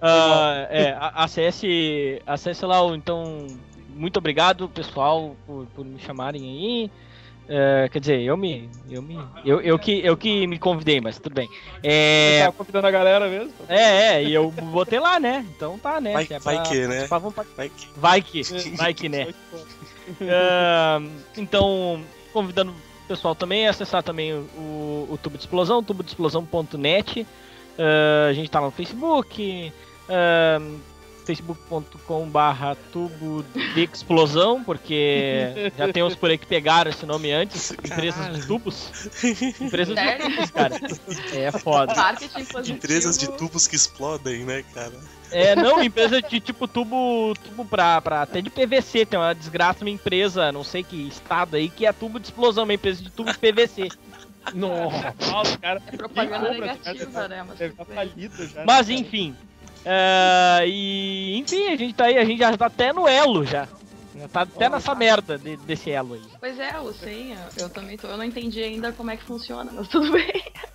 Ah, é, a- acesse, acesse lá o então muito obrigado, pessoal, por, por me chamarem aí. É, quer dizer, eu me. Eu, me eu, eu, que, eu que me convidei, mas tudo bem. É... tava convidando a galera mesmo? É, é, e eu botei lá, né? Então tá, né? Vai, Se é vai pra que, né? participar, vamos participar. Vai que. Vai que, É. vai que né. Ah, então, convidando o pessoal também a acessar também o, o Tubo de Explosão, tubodeexplosão.net. Ah, a gente tá lá no Facebook, ah, facebook.com barra tubo de explosão, porque É, já tem uns por aí que pegaram esse nome antes, empresas de tubos. Empresas de Sério? tubos, cara. É foda. Marketing positivo. Empresas de tubos que explodem, né, cara? É, não, empresa de tipo tubo, tubo pra, pra. Até de PVC, tem uma desgraça, uma empresa, não sei que estado aí, que é tubo de explosão, uma empresa de tubo de PVC. Nossa, os cara. É propaganda Quem compra, negativa, cara, né? Mas deve tudo tá bem. falido já. Mas né, cara? enfim. é, e enfim, a gente tá aí, a gente já tá até no elo já. Já tá até nessa merda de- desse elo aí. Pois é, o senha, eu também tô. Eu não entendi ainda como é que funciona, mas tudo bem.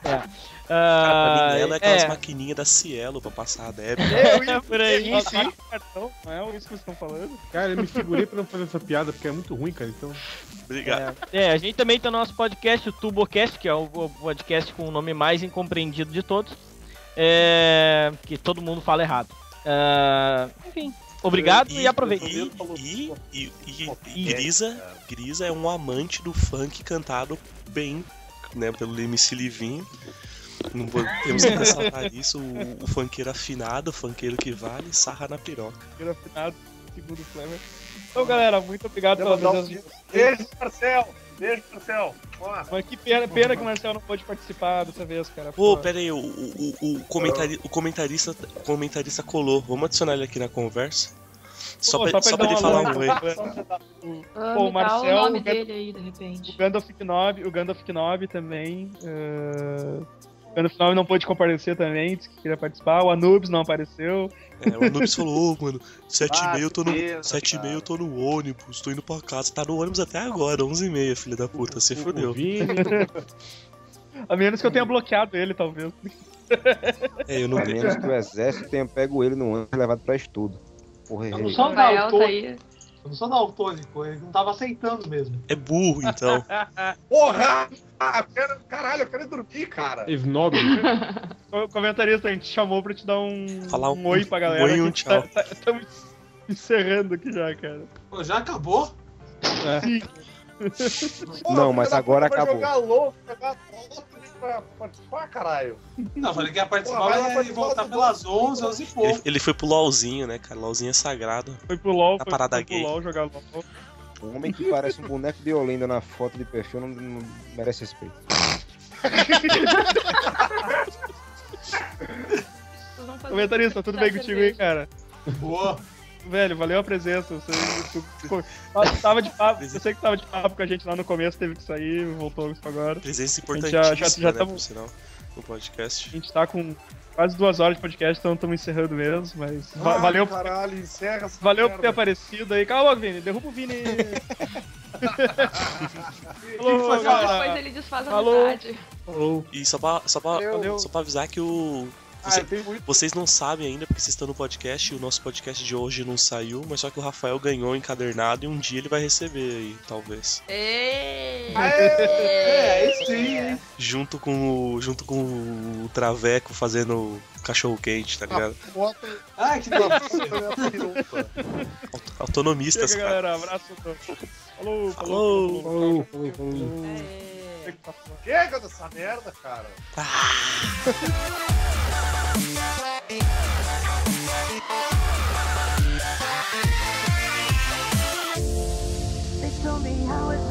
É. Cara, pra Ah, mim, ela é aquelas é. maquininhas da Cielo pra passar a débito. É, por aí. tá Cartão, não é isso que vocês estão falando? Cara, eu me segurei pra não fazer essa piada, porque é muito ruim, cara, então. Obrigado. É, a gente também tem o nosso podcast, o Tubocast, que é o o podcast com o nome mais incompreendido de todos. É, que todo mundo fala errado. Ah, enfim, obrigado e, aproveita. E, e, e, e- e Grisa, Grisa é um amante do funk cantado bem, né, pelo MC Livinho. Não vou- temos que ressaltar isso, o, o funkeiro afinado, o funkeiro que vale, sarra na piroca. É, Primeiro afinado, segundo Flamer. Então, galera, muito obrigado Eu pela vou dar um presença de vocês. Beijo, Marcel. Beijo, Marcel. Ó. Mas que pena, pena que o Marcel não pôde participar dessa vez, cara. Pô, pera aí, o, o, o- o comentari- o comentarista, o comentarista colou. Vamos adicionar ele aqui na conversa? Só, Pô, pra, só pra dar ele uma falar um oi. olhada. Ah, Pô, me o dá o Marcel, nome o Gan- dele aí, de repente. O Gandalf Knob, o Gandalf Knob também. eh, O Gandalf Knob não pôde comparecer também, disse que queria participar. O Anubis não apareceu. É, o Anubis falou, ô, mano, sete e Ah, meia eu tô no, beleza, sete e meia eu tô no ônibus, tô indo pra casa. Tá no ônibus até agora, onze e meia, filha da puta, se fodeu. A menos que eu tenha bloqueado ele, talvez. É, eu A menos que o exército tenha pego ele no ônibus e levado pra estudo. Porra, errei. sou tá daltônico. aí. Eu não sou daltônico, ele não tava aceitando mesmo. É burro, então. Porra! Ah, eu quero- caralho, eu quero dormir, cara. Snob. né? O comentarista, a gente chamou pra te dar um, Falar um oi pra galera. oi e um A gente tchau. Tá, tá- tamo encerrando aqui já, cara. É. Pô, já acabou? Não, mas agora vai acabou. jogar louco, jogar louco pra participar, caralho. Não, falei que ia participar, Pô, vai mas lá ia voltar pelas 11, 11 e pouco. Ele, ele foi pro LOLzinho, né, cara? LOLzinho é sagrado. Foi pro LOL, tá um, foi- parada foi pro gay. LOL jogar LOL. Um homem que parece um boneco de Olinda na foto de perfil não, não merece respeito. Vocês vão fazer- Comentarista, tudo bem Tá, contigo aí, cara? Boa. Velho, valeu a presença. Você, tu- tu- tu tava de papo, eu sei que tava de papo com a gente lá no começo, teve que sair, voltou agora. Presença A gente importantíssima, Já, já, já né, tamo- por sinal, no podcast. a gente tá com quase duas horas de podcast, então estamos encerrando mesmo, mas va- Ah, valeu, Caralho, encerra essa valeu por merda. ter aparecido aí. Calma, Vini, derruba o Vini. Falou, Não, galera. depois ele desfaz a Falou. amizade. E só pra, só pra, Valeu. só pra avisar que o. Ah, você- eu tenho muito- Vocês não sabem ainda porque vocês estão no podcast e o nosso podcast de hoje não saiu, mas só que o Rafael ganhou encadernado e um dia ele vai receber aí, talvez. É. Ei! É, aí sim, hein? Junto com o. Junto com o Traveco fazendo cachorro quente, tá ligado? Foto. Ai, que delícia. Autonomistas, Chega, cara. galera. Abraço. então. Falou, Falou, falou. falou, falou. É. Chega dessa merda, cara. Ah. They told me how it